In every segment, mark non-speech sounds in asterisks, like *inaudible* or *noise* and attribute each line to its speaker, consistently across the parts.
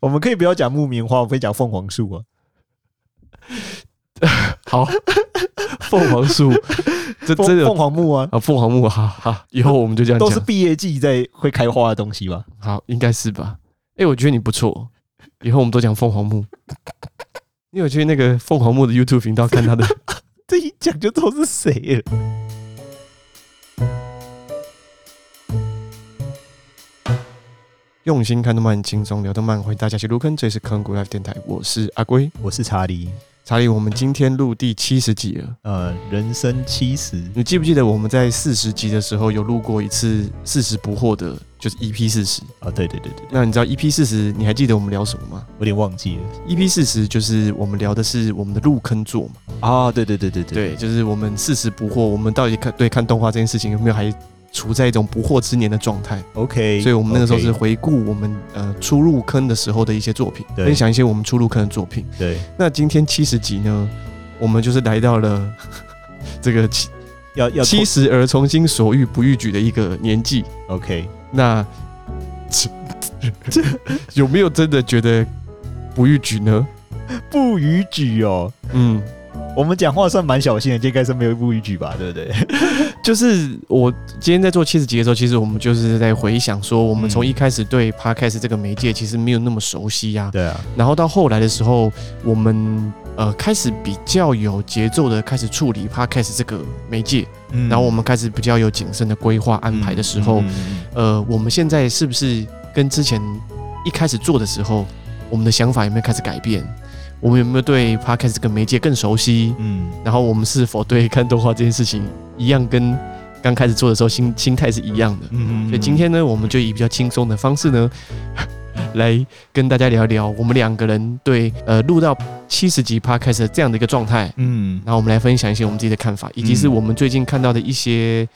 Speaker 1: 我们可以不要讲木棉花，我们可以讲凤凰树啊。
Speaker 2: 好， *laughs* 凤凰树，这
Speaker 1: 凤
Speaker 2: 真的
Speaker 1: 凤凰木啊，
Speaker 2: 啊，凤凰木，好好，以后我们就这样
Speaker 1: 都是
Speaker 2: 讲，
Speaker 1: 毕业季在会开花的东西吧？
Speaker 2: 好，应该是吧？哎、我觉得你不错，以后我们都讲凤凰木。你有去那个凤凰木的 YouTube 频道看
Speaker 1: *laughs*
Speaker 2: 他的？
Speaker 1: 这一讲就知道是谁了。
Speaker 2: 用心看动漫，轻松聊动漫，欢迎大家一起入坑，这里是坑谷 Life 电台，我是阿龟
Speaker 1: 我是查理，
Speaker 2: 查理。我们今天录第七十集了，
Speaker 1: 呃，人生七十，
Speaker 2: 你记不记得我们在四十集的时候有录过一次四十不惑的，就是 EP 四十？
Speaker 1: 啊，对对对对，
Speaker 2: 那你知道 EP 四十，你还记得我们聊什么吗？
Speaker 1: 有点忘记了
Speaker 2: EP E 四十就是我们聊的是我们的入坑作嘛，
Speaker 1: 啊，对对对对对，
Speaker 2: 对，就是我们四十不惑，我们到底看对看动画这件事情有没有还处在一种不惑之年的状态？
Speaker 1: ，OK，
Speaker 2: 所以我们那个时候是
Speaker 1: OK，
Speaker 2: 回顾我们呃初入坑的时候的一些作品，
Speaker 1: 对
Speaker 2: 分享一些我们初入坑的作品。
Speaker 1: 对，
Speaker 2: 那今天七十集呢，我们就是来到了 *laughs* 这个七
Speaker 1: 要要
Speaker 2: 七十而从心所欲不逾矩的一个年纪。
Speaker 1: OK，
Speaker 2: 那 *laughs* 这 *laughs* 这有没有真的觉得不逾矩呢？
Speaker 1: 不逾矩哦。
Speaker 2: 嗯，
Speaker 1: 我们讲话算蛮小心的，这应该是没有不逾矩吧，对不
Speaker 2: *laughs*
Speaker 1: 对？
Speaker 2: 就是我今天在做七十集的时候，其实我们就是在回想说，我们从一开始对 podcast 这个媒介其实没有那么熟悉呀、
Speaker 1: 对啊，
Speaker 2: 然后到后来的时候，我们呃开始比较有节奏的开始处理 podcast 这个媒介，
Speaker 1: 嗯
Speaker 2: 然后我们开始比较有谨慎的规划安排的时候，
Speaker 1: 嗯嗯嗯嗯
Speaker 2: 呃，我们现在是不是跟之前一开始做的时候，我们的想法有没有开始改变？我们有没有对 podcast 这个媒介更熟悉？
Speaker 1: 嗯
Speaker 2: 然后我们是否对看动画这件事情一样，跟刚开始做的时候心心态是一样的？
Speaker 1: 嗯嗯
Speaker 2: 所以今天呢，我们就以比较轻松的方式呢， *laughs* 来跟大家聊一聊我们两个人对呃录到七十集 podcast 的这样的一个状态，
Speaker 1: 嗯
Speaker 2: 然后我们来分享一些我们自己的看法，以及是我们最近看到的一些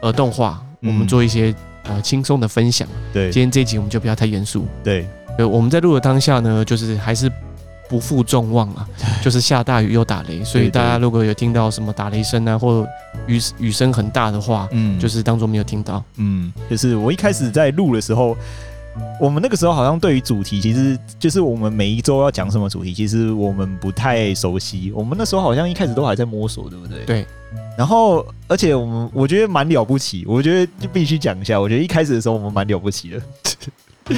Speaker 2: 呃动画，我
Speaker 1: 嗯
Speaker 2: 们做一些呃轻松的分享。
Speaker 1: 对
Speaker 2: 今天这一集我们就不要太严肃，
Speaker 1: 对
Speaker 2: 对，呃我们在录的当下呢，就是还是不负众望啊，就是下大雨又打雷，所以
Speaker 1: 对对
Speaker 2: 大家如果有听到什么打雷声啊，或雨雨声很大的话，
Speaker 1: 嗯
Speaker 2: 就是当做没有
Speaker 1: *laughs*
Speaker 2: 听到。
Speaker 1: 嗯，就是我一开始在录的时候，我们那个时候好像对于主题，其实就是我们每一周要讲什么主题，其实我们不太熟悉。我们那时候好像一开始都还在摸索，对不对？
Speaker 2: 对。
Speaker 1: 然后，而且我们我觉得蛮了不起，我觉得就必须讲一下，我觉得一开始的时候我们蛮了不起的，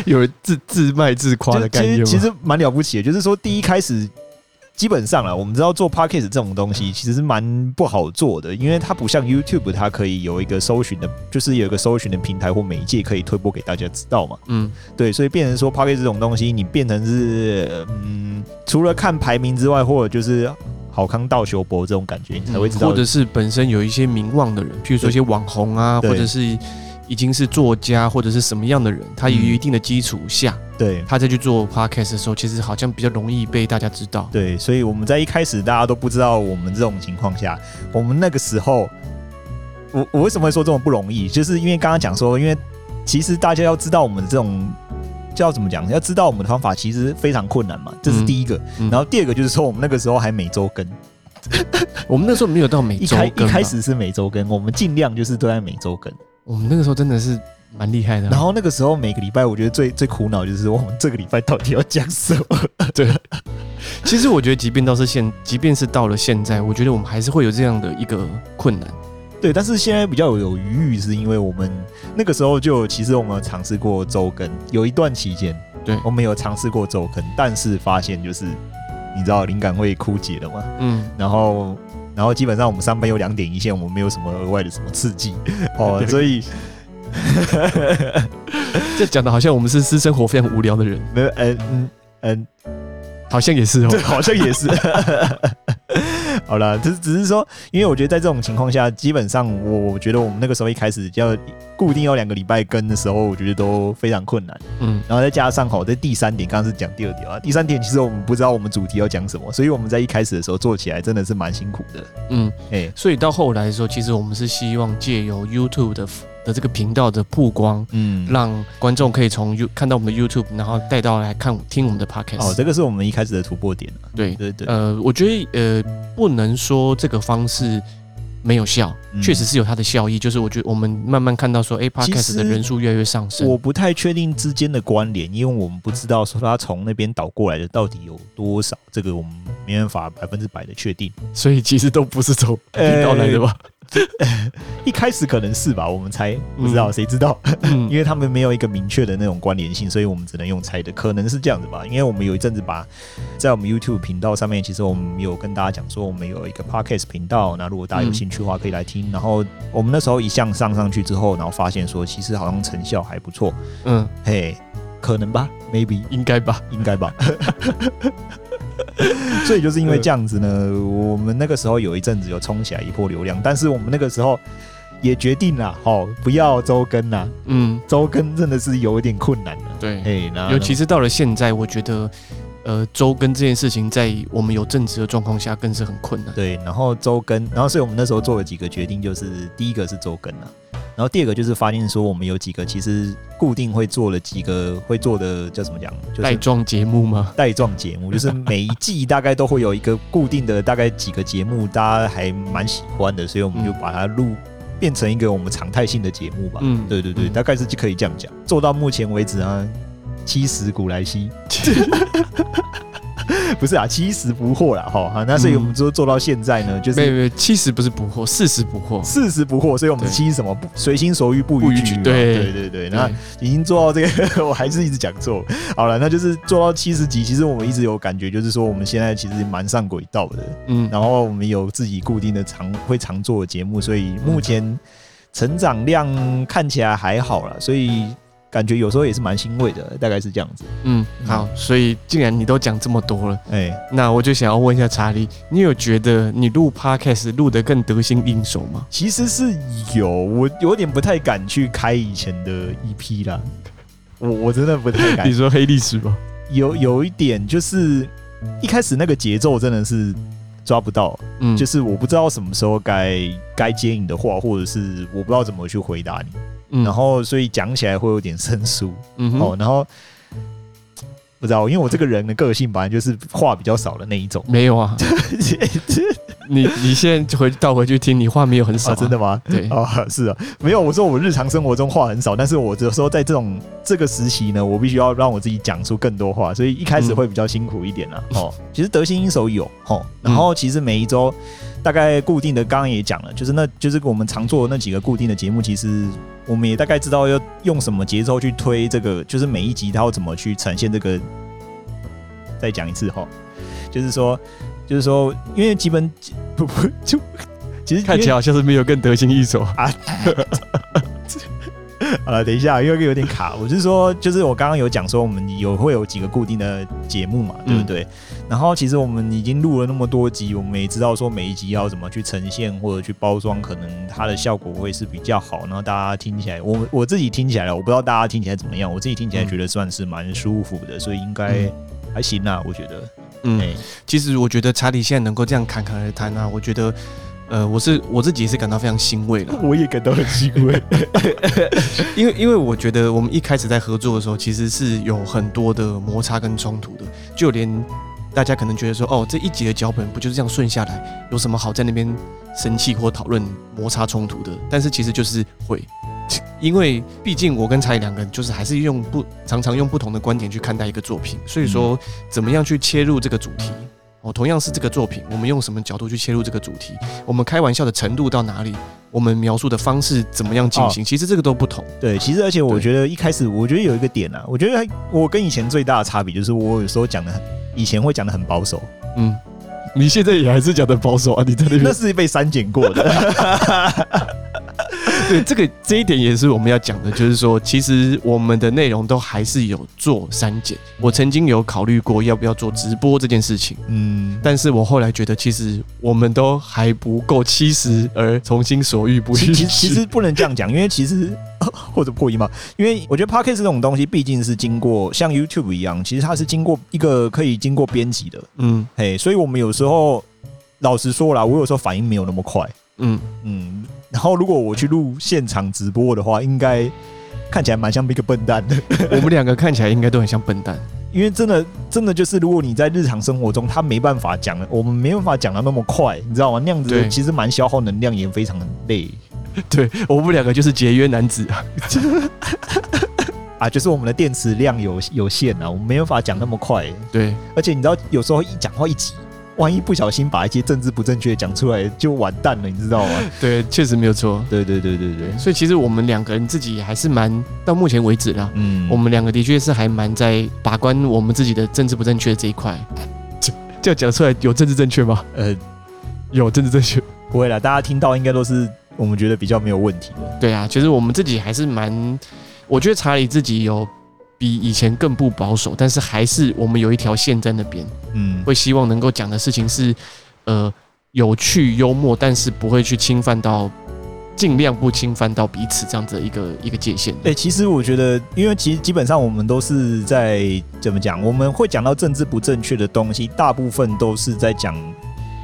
Speaker 2: 有人自自卖自夸
Speaker 1: 就其实其实蛮了不起的，就是说第一开始。基本上啦，我们知道做 podcast 这种东
Speaker 2: 嗯
Speaker 1: 西其实是蛮不好做的，因为它不像 YouTube，它可以有一个搜寻的，就是有一个搜寻的平台或媒介可以推播给大家知道嘛。
Speaker 2: 嗯，
Speaker 1: 对，所以变成说 p o c k e t 这种东西，你变成是嗯，除了看排名之外，或者就是好康道修博这种感觉，你才会知道。
Speaker 2: 嗯或者是本身有一些名望的人，譬如说一些网红啊，
Speaker 1: 对
Speaker 2: 或者是已经是作家或者是什么样的人，他有
Speaker 1: 嗯
Speaker 2: 一定的基础下，
Speaker 1: 对
Speaker 2: 他再去做 podcast 的时候，其实好像比较容易被大家知道。
Speaker 1: 对，所以我们在一开始大家都不知道我们这种情况下，我们那个时候，我我为什么会说这么不容易，就是因为刚刚讲说，因为其实大家要知道我们这种。叫怎么讲？要知道我们的方法其实非常困难嘛，这是
Speaker 2: 嗯
Speaker 1: 第一个。
Speaker 2: 嗯
Speaker 1: 然后第二个就是说，我们那个时候还每周更，
Speaker 2: 我们那时候没有到每
Speaker 1: 一
Speaker 2: 周
Speaker 1: 开一
Speaker 2: 更啊，
Speaker 1: 开始是每周更，我们尽量就是都在每周更。
Speaker 2: 我们那个时候真的是蛮厉害的啊。
Speaker 1: 然后那个时候每个礼拜，我觉得最最苦恼就是我们这个礼拜到底要讲什么？
Speaker 2: 其实我觉得，即便到是现，即便是到了现在，我觉得我们还是会有这样的一个困难。
Speaker 1: 对，但是现在比较有余裕，是因为我们那个时候就有其实我们有尝试过周更，有一段期间，
Speaker 2: 对
Speaker 1: 我们有尝试过周更，但是发现就是你知道灵感会枯竭了嘛，
Speaker 2: 嗯，
Speaker 1: 然后然后基本上我们三班有两点一线，我们没有什么额外的什么刺激 *laughs* 哦，所以
Speaker 2: 这讲的好像我们是私生活非常无聊的人，
Speaker 1: 没有嗯嗯嗯，
Speaker 2: 好像也是哦
Speaker 1: 对，。好像也是。 *laughs* 好了，只只是说，因为我觉得在这种情况下，基本上我我觉得我们那个时候一开始要固定要两个礼拜更的时候，我觉得都非常困难。
Speaker 2: 嗯，
Speaker 1: 然后再加上好，在第三点，刚刚是讲第二点啊，第三点其实我们不知道我们主题要讲什么，所以我们在一开始的时候做起来真的是蛮辛苦的。
Speaker 2: 嗯，
Speaker 1: 哎、
Speaker 2: 所以到后来的时候，其实我们是希望借由 YouTube 的的这个频道的曝光，
Speaker 1: 嗯，
Speaker 2: 让观众可以从 You 看到我们的 YouTube，然后带到来看听我们的 Podcast。
Speaker 1: 哦，这个是我们一开
Speaker 2: 嗯
Speaker 1: 始的突破点啊。
Speaker 2: 对，
Speaker 1: 对对，
Speaker 2: 呃，我觉得呃，不能说这个方式没有效，
Speaker 1: 嗯
Speaker 2: 确实是有它的效益。就是我觉得我们慢慢看到说，哎
Speaker 1: 其
Speaker 2: ，Podcast
Speaker 1: 实
Speaker 2: 的人数越来越上升。
Speaker 1: 我不太确定之间的关联，因为我们不知道说他从那边倒过来的到底有多少，这个我们没办法百分之百的确定。
Speaker 2: 所以其实都不
Speaker 1: *laughs*
Speaker 2: 是从
Speaker 1: 呃
Speaker 2: 地道来的吧？
Speaker 1: 一开始可能是吧，我们猜不知道，
Speaker 2: 嗯
Speaker 1: 谁知道？
Speaker 2: 嗯
Speaker 1: 因为他们没有一个明确的那种关联性，所以我们只能用猜的，可能是这样子吧。因为我们有一阵子把在我们 YouTube 频道上面，其实我们有跟大家讲说，我们有一个 Podcast 频道，那如果大家有
Speaker 2: 嗯
Speaker 1: 兴趣的话，可以来听。然后我们那时候一项上上去之后，然后发现说，其实好像成效还不错，
Speaker 2: 嗯，
Speaker 1: 嘿，可能吧，maybe
Speaker 2: 应该吧。
Speaker 1: 应该吧。 *laughs* 所以就是因为这样子呢，我们那个时候有一阵子有冲起来一波流量，但是我们那个时候也决定了，哦，不要周更啦，
Speaker 2: 嗯，
Speaker 1: 周更真的是有一点困难了。
Speaker 2: 对。
Speaker 1: 哎，那
Speaker 2: 嗯尤其是到了现在，我觉得，呃，周更这件事情在我们有正职的状况下，更是很困难。
Speaker 1: 对，然后周更，然后所以我们那时候做了几个决定，就是第一个是周更啊，然后第二个就是发现说我们有几个其实固定会做了几个会做的叫怎么讲，就
Speaker 2: 带
Speaker 1: 是
Speaker 2: 状节目吗？
Speaker 1: 带状节
Speaker 2: *laughs*
Speaker 1: 目，就是每一季大概都会有一个固定的大概几个节目，大家还蛮喜欢的，所以我
Speaker 2: 嗯
Speaker 1: 们就把它录变成一个我们常态性的节目吧。
Speaker 2: 嗯
Speaker 1: 哦对对对，
Speaker 2: 嗯 *laughs*
Speaker 1: 大概是可以这样讲。做到目前为止啊，七十古来稀，不是啊，七十不惑啦。哈、啊。那所以我们就做到现在呢，就
Speaker 2: 嗯没有
Speaker 1: 是
Speaker 2: 没有，七十不是不惑，四十不惑。
Speaker 1: 四十不惑，所以我们
Speaker 2: 对
Speaker 1: 七十什么不随心所欲不
Speaker 2: 不
Speaker 1: 逾
Speaker 2: 逾
Speaker 1: 矩
Speaker 2: 矩
Speaker 1: 嘛。
Speaker 2: 对
Speaker 1: 对对对，那已经做到这个， *laughs* 我还是一直讲错。好了，那就是做到七十集，其实我们一直有感觉，就是说我们现在其实蛮上轨道的。
Speaker 2: 嗯，
Speaker 1: 然后我们有自己固定的常会常做的节目，所以目前成长量看起来还好了，所以感觉有时候也是蛮欣慰的，大概是这样子。
Speaker 2: 嗯，好，所以既然你都讲这么多了，
Speaker 1: 哎、
Speaker 2: 那我就想要问一下查理，你有觉得你录 podcast 录得更得心应手吗？
Speaker 1: 其实是有，我有点不太敢去开以前的 EP 啦，我我真的不太敢
Speaker 2: 你。说黑历史吗？
Speaker 1: 有有一点就是一开始那个节奏真的是抓不到，
Speaker 2: 嗯，
Speaker 1: 就是是我不知道什么时候该该接你的话，或者是我不知道怎么去回答你，然后所以讲起来会有点生疏。
Speaker 2: 嗯哼。
Speaker 1: 哦，然后不知道，因为我这个人的个性本来就是话比较少的那一种
Speaker 2: *laughs* 没有啊，你你现在回倒回去听，你话没有很少、
Speaker 1: 啊，真的？吗？
Speaker 2: 对，
Speaker 1: 哦，是 *laughs* 啊，没有。我说我日常生活中话很少，但是我有时候在这种这个时期呢，我必须要让我自己讲出更多话，所以一开始
Speaker 2: 嗯
Speaker 1: 会比较辛苦一点啦。哦，其实得心应手有哦，
Speaker 2: 嗯
Speaker 1: 然后其实每一周大概固定的，刚刚也讲了，就是那就是我们常做的那几个固定的节目，其实我们也大概知道要用什么节奏去推这个，就是每一集它要怎么去呈现这个。再讲一次哈，就是说，就是说，因为基本 *laughs* 不不就其实因为
Speaker 2: 看起来好像是没有更得心应手。
Speaker 1: 好了，等一下，因为有点 *laughs* 卡。我是说，就是我刚刚有讲说，我们有会有几个固定的节目嘛，对不对？然后其实我们已经录了那么多集，我们也知道说每一集要怎么去呈现或者去包装，可能它的效果会是比较好。然后大家听起来，我我自己听起来了，我不知道大家听起来怎么样，我自己听起来觉得算是蛮舒服的，所以应该
Speaker 2: 嗯
Speaker 1: 还行啦，我觉得。
Speaker 2: 嗯，
Speaker 1: 哎
Speaker 2: 其实我觉得查理现在能够这样侃侃而谈啊，我觉得，呃，我是我自己也是感到非常欣慰了，
Speaker 1: *laughs* 我也感到很欣慰。
Speaker 2: 因为因为我觉得我们一开始在合作的时候，其实是有很多的摩擦跟冲突的，就连大家可能觉得说，哦，这一集的脚本不就是这样顺下来，有什么好在那边生气或讨论摩擦冲突的？但是其实就是会。 *laughs* 因为毕竟我跟查理两个人就是还是用不常常用不同的观点去看待一个作品，所以说怎么样去切入这个主题，哦，同样是这个作品，我们用什么角度去切入这个主题，我们开玩笑的程度到哪里，我们描述的方式怎么样进行，其实这个都不同。
Speaker 1: *laughs* 对，其实而且我
Speaker 2: 对
Speaker 1: 觉得一开始，我觉得有一个点啊，我觉得我跟以前最大的差别就是我有时候讲的很，以前会讲的很保守。
Speaker 2: 嗯，你现在也
Speaker 1: *laughs*
Speaker 2: 还是讲的保守啊？你在那
Speaker 1: 那是被删减过
Speaker 2: *laughs*
Speaker 1: 的。
Speaker 2: 对这个这一点也是我们要讲的，就是说，其实我们的内容都还是有做删减。我曾经有考虑过要不要做直播这件事情，
Speaker 1: 嗯，
Speaker 2: 但是我后来觉得，其实我们都还不够七十，而从心所欲不逾
Speaker 1: 其
Speaker 2: *laughs* 矩。
Speaker 1: 其其实不能这样讲，因为其实 *laughs* 或者破音嘛，因为我觉得 podcast 这种东西毕竟是经过像 YouTube 一样，其实它是经过一个可以经过编辑的，
Speaker 2: 嗯
Speaker 1: 嘿，所以我们有时候老实说啦，我有时候反应没有那么快，
Speaker 2: 嗯，
Speaker 1: 嗯， *laughs* 然后如果我去录现场直播的话，应该看起来蛮像一个笨蛋的，
Speaker 2: 我们两个看起来应该都很像笨蛋。
Speaker 1: 因因为真的真的就是，如果你在日常生活中，他没办法讲，我们没办法讲的那么快，你知道吗？那样子
Speaker 2: 对
Speaker 1: 其实蛮消耗能量，也非常累
Speaker 2: *laughs* 对，我们两个就是节约男子啊。
Speaker 1: 啊。就是我们的电池量有有限啊，我们没办法讲那么快。
Speaker 2: 对，
Speaker 1: 而且你知道，有时候一讲话一急，万一不小心把一些政治不正确讲出来，就完蛋了，你知道吗？ *laughs*
Speaker 2: 对，确实没有错。
Speaker 1: 对对对对对，
Speaker 2: 所以其实我们两个人自己还是蛮到目前为止啦，
Speaker 1: 嗯，
Speaker 2: 我们两个的确是还蛮在把关我们自己的政治不正确这一块。这这样讲出来有政治正确吗？
Speaker 1: 呃
Speaker 2: 有政治正确。
Speaker 1: 不会啦，大家听到应该都是我们觉得比较没有问题的。
Speaker 2: 对啊，其实我们自己还是蛮，我觉得查理自己有比以前更不保守，但是还是我们有一条线在那边，
Speaker 1: 嗯，
Speaker 2: 会希望能够讲的事情是，呃，有趣幽默，但是不会去侵犯到，尽量不侵犯到彼此这样子的一个一个界限。
Speaker 1: 哎、其实我觉得，因为其实基本上我们都是在怎么讲，我们会讲到政治不正确的东西，大部分都是在讲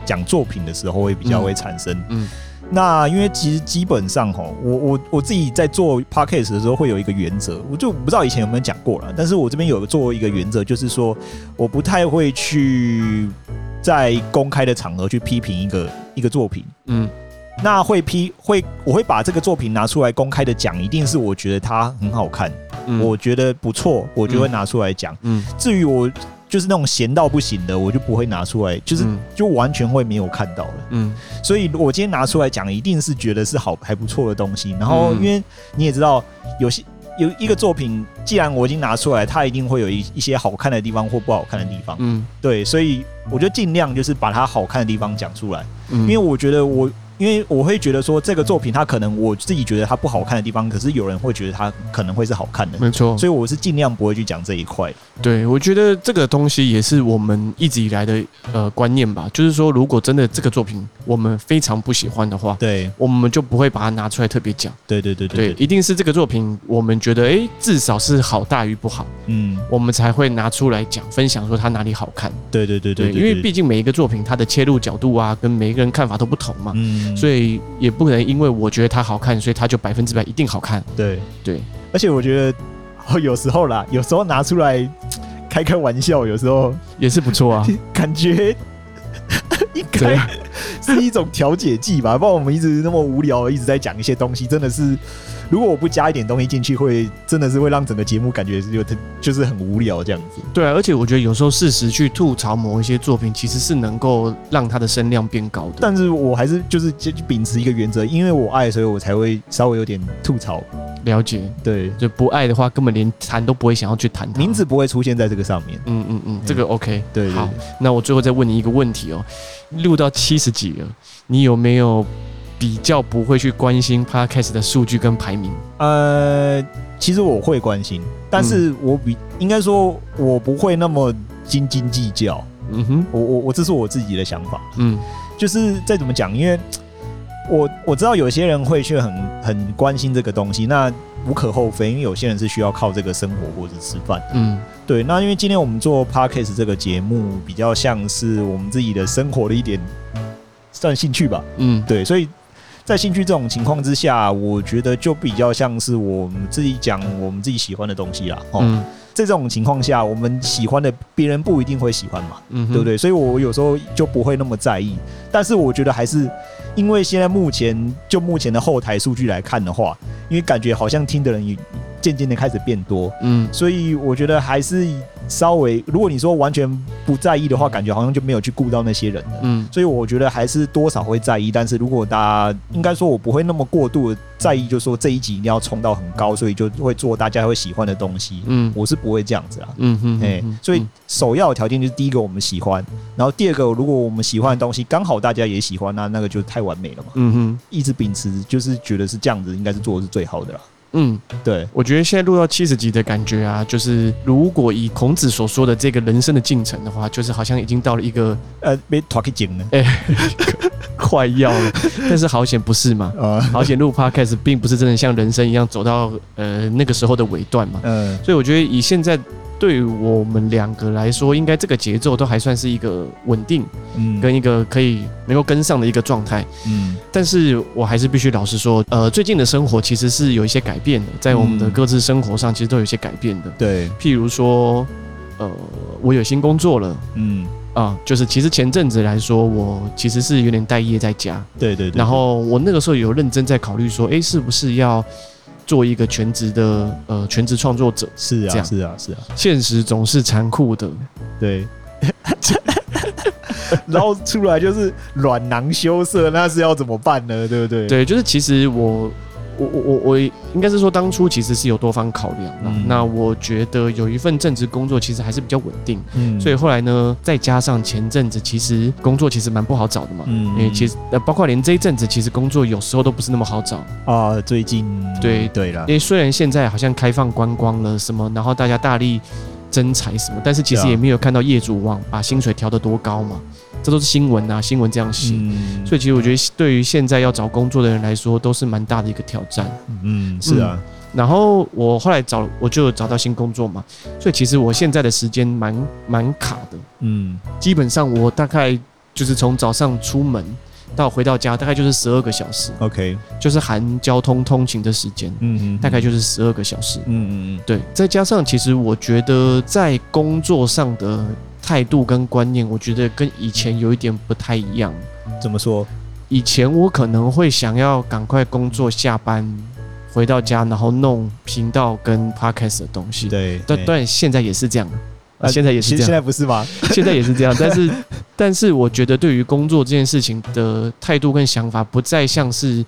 Speaker 1: 讲作品的时候会比较
Speaker 2: 嗯
Speaker 1: 会产生。
Speaker 2: 嗯
Speaker 1: 那因为其实基本上吼，我我我自己在做 podcast 的时候会有一个原则，我就不知道以前有没有讲过了，但是我这边有做一个原则，就是说我不太会去在公开的场合去批评一个一个作品。
Speaker 2: 嗯，
Speaker 1: 那会批会，我会把这个作品拿出来公开的讲，一定是我觉得它很好看，
Speaker 2: 嗯
Speaker 1: 我觉得不错，我就会拿出来讲。
Speaker 2: 嗯
Speaker 1: 至于我就是那种闲到不行的，我就不会拿出来，就是、
Speaker 2: 嗯
Speaker 1: 就完全会没有看到了。
Speaker 2: 嗯
Speaker 1: 所以我今天拿出来讲，一定是觉得是好还不错的东西。然后
Speaker 2: 嗯
Speaker 1: 因为你也知道，有些有一个作品，既然我已经拿出来，它一定会有一一些好看的地方或不好看的地方。
Speaker 2: 嗯
Speaker 1: 对，所以我就尽量就是把它好看的地方讲出来。
Speaker 2: 嗯，
Speaker 1: 因为我觉得我，因为我会觉得说这个作品它可能我自己觉得它不好看的地方，可是有人会觉得它可能会是好看的，
Speaker 2: 没错，
Speaker 1: 所以我是尽量不会去讲这一块。
Speaker 2: 对，我觉得这个东西也是我们一直以来的呃观念吧，就是说，如果真的这个作品我们非常不喜欢的话，
Speaker 1: 对，
Speaker 2: 我们就不会把它拿出来特别讲。
Speaker 1: 对对对
Speaker 2: 对
Speaker 1: 对，，
Speaker 2: 一定是这个作品我们觉得诶，至少是好大于不好，
Speaker 1: 嗯，
Speaker 2: 我们才会拿出来讲，分享说它哪里好看。
Speaker 1: 对对对对，
Speaker 2: 因为毕竟每一个作品它的切入角度啊，跟每一个人看法都不同嘛，
Speaker 1: 嗯，
Speaker 2: 所以也不能因为我觉得它好看，所以它就百分之百一定好看。
Speaker 1: 对
Speaker 2: 对，
Speaker 1: 而且我觉得哦，有时候啦，有时候拿出来开开玩笑，有时候
Speaker 2: 也是不错
Speaker 1: *laughs*
Speaker 2: 啊。
Speaker 1: 感
Speaker 2: *laughs*
Speaker 1: 觉应
Speaker 2: 怎
Speaker 1: 该
Speaker 2: 样
Speaker 1: 是一种调解剂吧，不然我们一直那么无聊，一直在讲一些东西，真的是，如果我不加一点东西进去，会真的是会让整个节目感觉是有就是很无聊这样子。
Speaker 2: 对啊，而且我觉得有时候适时去吐槽某一些作品，其实是能够让它的声量变高的。
Speaker 1: 但是我还是就是就就秉持一个原则，因为我爱，所以我才会稍微有点吐槽。
Speaker 2: 了解，
Speaker 1: 对，
Speaker 2: 就不爱的话，根本连谈都不会想要去谈它。
Speaker 1: 名字，不会出现在这个上面。
Speaker 2: 嗯嗯嗯，这个 OK。
Speaker 1: 对对
Speaker 2: 好，那我最后再问你一个问题哦，录到七十集了，你有没有比较不会去关心 Podcast 的数据跟排名？
Speaker 1: 呃，其实我会关心，但是
Speaker 2: 嗯
Speaker 1: 我比、应该说，我不会那么斤斤计较。
Speaker 2: 嗯哼，
Speaker 1: 我我我，这是我自己的想法，
Speaker 2: 嗯
Speaker 1: 就是再怎么讲，因为我我知道有些人会去很很关心这个东西，那无可厚非，因为有些人是需要靠这个生活或者吃饭。
Speaker 2: 嗯
Speaker 1: 对，那因为今天我们做 podcast 这个节目，比较像是我们自己的生活的一点算兴趣吧。
Speaker 2: 嗯，
Speaker 1: 对，所以在兴趣这种情况之下，我觉得就比较像是我们自己讲我们自己喜欢的东西啦。哦，
Speaker 2: 嗯
Speaker 1: 在这种情况下，我们喜欢的别人不一定会喜欢嘛，
Speaker 2: 嗯哼，
Speaker 1: 对不对？所以我有时候就不会那么在意，但是我觉得还是因为现在目前就目前的后台数据来看的话，因为感觉好像听的人也渐渐的开始变多，
Speaker 2: 嗯
Speaker 1: 所以我觉得还是稍微，如果你说完全不在意的话，感觉好像就没有去顾到那些人了。
Speaker 2: 嗯
Speaker 1: 所以我觉得还是多少会在意，但是如果大家应该说，我不会那么过度地在意，就说这一集一定要冲到很高，所以就会做大家会喜欢的东西。
Speaker 2: 嗯
Speaker 1: 我是不会这样子啦。
Speaker 2: 嗯哼，
Speaker 1: 哎、
Speaker 2: 嗯
Speaker 1: 所以首要的条件就是第一个我们喜欢，然后第二个如果我们喜欢的东西刚好大家也喜欢，那那个就太完美了嘛。
Speaker 2: 嗯哼
Speaker 1: 一直秉持就是觉得是这样子，应该是做的是最好的啦。
Speaker 2: 嗯。
Speaker 1: 对，
Speaker 2: 我觉得现在录到七十集的感觉啊，就是如果以孔子所说的这个人生的进程的话，就是好像已经到了一个
Speaker 1: 呃，被 talking 紧了，
Speaker 2: 快要了，但是好险不是嘛？
Speaker 1: 呃，
Speaker 2: 好险录 podcast 并不是真的像人生一样走到呃那个时候的尾段嘛，
Speaker 1: 嗯、
Speaker 2: 所以我觉得以现在对我们两个来说，应该这个节奏都还算是一个稳定
Speaker 1: 嗯，
Speaker 2: 跟一个可以能够跟上的一个状态。
Speaker 1: 嗯，
Speaker 2: 但是我还是必须老实说，呃，最近的生活其实是有一些改变的，在我们的
Speaker 1: 嗯
Speaker 2: 各自生活上其实都有一些改变的。
Speaker 1: 对，
Speaker 2: 譬如说，呃，我有新工作了
Speaker 1: 嗯，
Speaker 2: 啊，就是其实前阵子来说，我其实是有点待业在家，
Speaker 1: 对对对，
Speaker 2: 然后我那个时候有认真在考虑说，诶，是不是要做一个全职的呃全职创作者？
Speaker 1: 是
Speaker 2: 这
Speaker 1: 啊
Speaker 2: 样
Speaker 1: 是啊是啊，
Speaker 2: 现实总是残酷的，
Speaker 1: 对。 *laughs* 然后出来就是软囊羞涩，那是要怎么办呢？对不对？，
Speaker 2: 对，就是其实我我我我我应该是说当初其实是有多方考量啦。
Speaker 1: 嗯
Speaker 2: 那我觉得有一份正职工作其实还是比较稳定，
Speaker 1: 嗯
Speaker 2: 所以后来呢，再加上前阵子其实工作其实蛮不好找的嘛。
Speaker 1: 嗯
Speaker 2: 因为其实呃，包括连这一阵子，其实工作有时候都不是那么好找。
Speaker 1: 啊，最近
Speaker 2: 对
Speaker 1: 对了
Speaker 2: 因，为虽然现在好像开放观光了什么，然后大家大力增财什么，但是其实
Speaker 1: 对啊
Speaker 2: 也没有看到业主网把薪水调得多高嘛，这都是新闻啊，新闻这样写。
Speaker 1: 嗯
Speaker 2: 所以其实我觉得对于现在要找工作的人来说，都是蛮大的一个挑战。
Speaker 1: 嗯是啊，
Speaker 2: 然后我后来找我就找到新工作嘛，所以其实我现在的时间蛮蛮卡的，
Speaker 1: 嗯
Speaker 2: 基本上我大概就是从早上出门到回到家大概就是十二个小时，
Speaker 1: ，OK，
Speaker 2: 就是含交通通勤的时间，
Speaker 1: 嗯嗯，
Speaker 2: 大概就是十二个小时。
Speaker 1: 嗯嗯
Speaker 2: 对，再加上其实我觉得在工作上的态度跟观念，我觉得跟以前有一点不太一样。
Speaker 1: 嗯，怎么说？
Speaker 2: 以前我可能会想要赶快工作下班，回到家，然后弄频道跟 podcast 的东西。
Speaker 1: 对哎呃
Speaker 2: 但当然现在也是这样，啊、现在也是
Speaker 1: 现
Speaker 2: 这
Speaker 1: 现
Speaker 2: 样，
Speaker 1: 在不是吗？ *laughs*
Speaker 2: 现在也是这样。但是，但是我觉得对于工作这件事情的态度跟想法，不再像是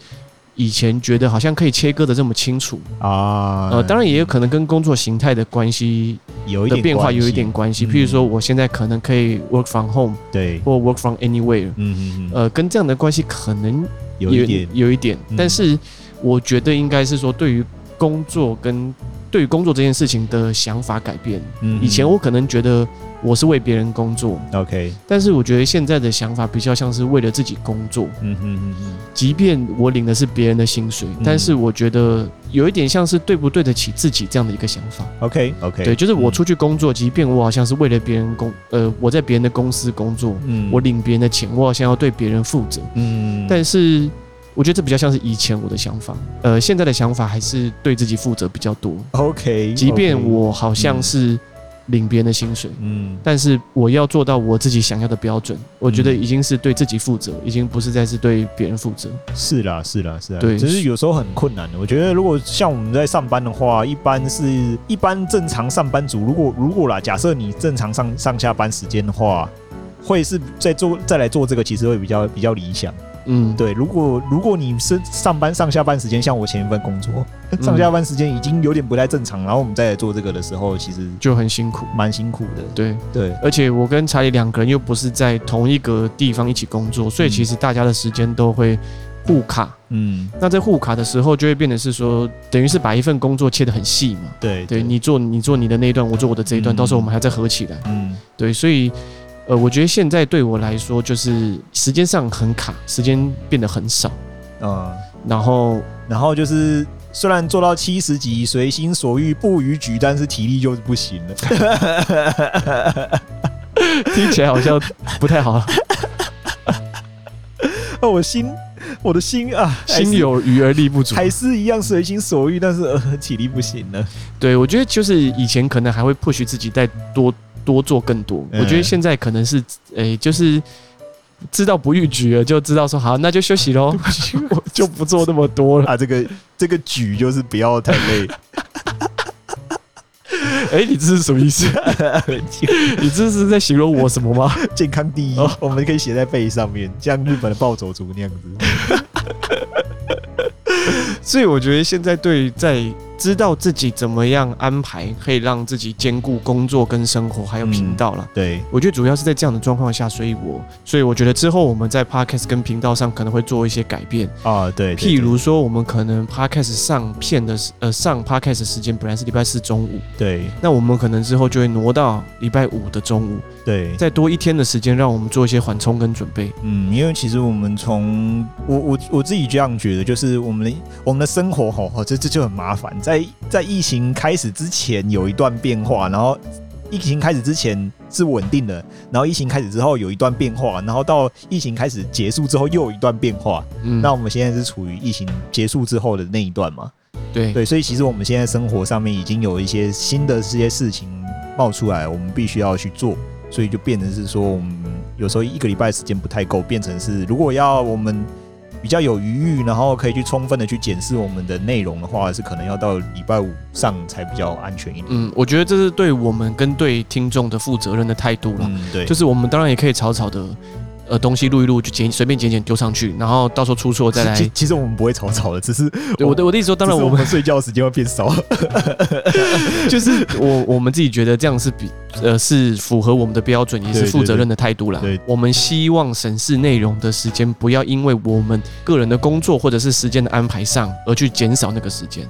Speaker 2: 以前觉得好像可以切割的这么清楚。
Speaker 1: 啊，
Speaker 2: 呃，当然也有可能跟工作形态的关系
Speaker 1: 有一
Speaker 2: 的
Speaker 1: 点
Speaker 2: 变化
Speaker 1: 关系
Speaker 2: 有一点关系。
Speaker 1: 嗯
Speaker 2: 譬如说，我现在可能可以 work from home
Speaker 1: 对，
Speaker 2: 或 work from anywhere，
Speaker 1: 嗯嗯嗯，
Speaker 2: 呃，跟这样的关系可能
Speaker 1: 有一点
Speaker 2: 有一点
Speaker 1: 嗯，
Speaker 2: 但是我觉得应该是说，对于工作跟对于工作这件事情的想法改变。
Speaker 1: 嗯
Speaker 2: 以前我可能觉得我是为别人工作，
Speaker 1: 嗯 OK，
Speaker 2: 但是我觉得现在的想法比较像是为了自己工作。
Speaker 1: 嗯嗯嗯
Speaker 2: 即便我领的是别人的薪水，但是我觉得有一点像是对不对得起自己这样的一个想法。
Speaker 1: 嗯，OK OK，
Speaker 2: 对，就是我出去工作，即便我好像是为了别人工，呃，我在别人的公司工作，
Speaker 1: 嗯，
Speaker 2: 我领别人的钱，我好像要对别人负责。
Speaker 1: 嗯，
Speaker 2: 但是我觉得这比较像是以前我的想法，呃，现在的想法还是对自己负责比较多。
Speaker 1: OK，
Speaker 2: 即便
Speaker 1: 嗯 OK，
Speaker 2: 我好像是领别人的薪水，
Speaker 1: 嗯
Speaker 2: 但是我要做到我自己想要的标准，我觉得已经是对自己负责，已经不是再是对别人负责。
Speaker 1: 是啦是啦是啦，
Speaker 2: 对
Speaker 1: 只是有时候很困难的。我觉得如果像我们在上班的话，一般是一般正常上班族，如果如果啦，假设你正常上上下班时间的话。会是在做再来做这个，其实会比较比较理想。
Speaker 2: 嗯，
Speaker 1: 对，如果如果你是上班上下班时间，像我前一份工作，
Speaker 2: 嗯
Speaker 1: 上下班时间已经有点不太正常，然后我们再来做这个的时候，其实
Speaker 2: 就很辛苦。
Speaker 1: 蛮辛苦的。
Speaker 2: 对，
Speaker 1: 对，
Speaker 2: 而且我跟查理两个人又不是在同一个地方一起工作，所以其实大家的时间都会互卡。
Speaker 1: 嗯，
Speaker 2: 那在互卡的时候，就会变得是说，等于是把一份工作切得很细嘛。
Speaker 1: 对，
Speaker 2: 对你做你做你的那一段，我做我的这一段，
Speaker 1: 嗯
Speaker 2: 到时候我们还要再合起来。
Speaker 1: 嗯
Speaker 2: 对，所以呃，我觉得现在对我来说，就是时间上很卡，时间变得很少。
Speaker 1: 嗯，
Speaker 2: 然后
Speaker 1: 然后就是虽然做到七十级，随心所欲不逾矩，但是体力就是不行
Speaker 2: *laughs*
Speaker 1: 了。
Speaker 2: 听起来好像不太 *laughs* 好，
Speaker 1: 啊，我心，我的心啊，还是
Speaker 2: 心有余而力不足。
Speaker 1: 还是一样随心所欲，但是呃体力不行
Speaker 2: *laughs*
Speaker 1: 了。
Speaker 2: 对，我觉得就是以前可能还会 push 自己再多多做更多，
Speaker 1: 嗯
Speaker 2: 我觉得现在可能是诶、就是知道不逾矩了，就知道说好，那就休息喽，我 *laughs* 就不做那么多了。
Speaker 1: 啊，这个这个举就是不要太累。
Speaker 2: *laughs*
Speaker 1: *laughs*
Speaker 2: 诶、你这是什么意 *laughs* 思？你这是在形容我什么吗？
Speaker 1: 健康第一，
Speaker 2: 哦
Speaker 1: 我们可以写在背上面，像日本的暴走族那样子。
Speaker 2: 所以我觉得现在对在知道自己怎么样安排，可以让自己兼顾工作跟生活，还有频道了。
Speaker 1: 对，
Speaker 2: 我觉得主要是在这样的状况下，所以我所以我觉得之后我们在 podcast 跟频道上可能会做一些改变，
Speaker 1: 啊，对，对
Speaker 2: 譬如说我们可能 podcast 上片的时呃上 podcast 的时间本来是礼拜四中午，
Speaker 1: 对
Speaker 2: 那我们可能之后就会挪到礼拜五的中午，
Speaker 1: 对，
Speaker 2: 再多一天的时间让我们做一些缓冲跟准备。
Speaker 1: 嗯，因为其实我们从我我我自己这样觉得，就是我们的我们的生活吼，吼这这就很麻烦。在在疫情开始之前有一段变化，然后疫情开始之前是稳定的，然后疫情开始之后有一段变化，然后到疫情开始结束之后又有一段变化。
Speaker 2: 嗯，
Speaker 1: 那我们现在是处于疫情结束之后的那一段嘛？
Speaker 2: 对
Speaker 1: 对，所以其实我们现在生活上面已经有一些新的这些事情冒出来，我们必须要去做，所以就变成是说，我们有时候一个礼拜时间不太够，变成是如果要我们比较有余裕，然后可以去充分的去检视我们的内容的话，是可能要到礼拜五上才比较安全一点。
Speaker 2: 嗯，我觉得这是对我们跟对听众的负责任的态度啦。
Speaker 1: 嗯，对，
Speaker 2: 就是我们当然也可以草草的，呃，东西录一录，就剪随便剪剪丢上去，然后到时候出错再
Speaker 1: *laughs*
Speaker 2: 来。
Speaker 1: 其其实我们不会吵吵的，只是
Speaker 2: 对我的我的意思说，当然
Speaker 1: 只是
Speaker 2: 我
Speaker 1: 我
Speaker 2: 们
Speaker 1: 们睡觉时间会变少。
Speaker 2: 就是 *laughs* 我我们自己觉得这样是比呃是符合我们的标准，也是
Speaker 1: 对
Speaker 2: 负责任的态度啦
Speaker 1: 对对。
Speaker 2: 我们希望审视内容的时间不要因为我们个人的工作或者是时间的安排上而去减少那个时间，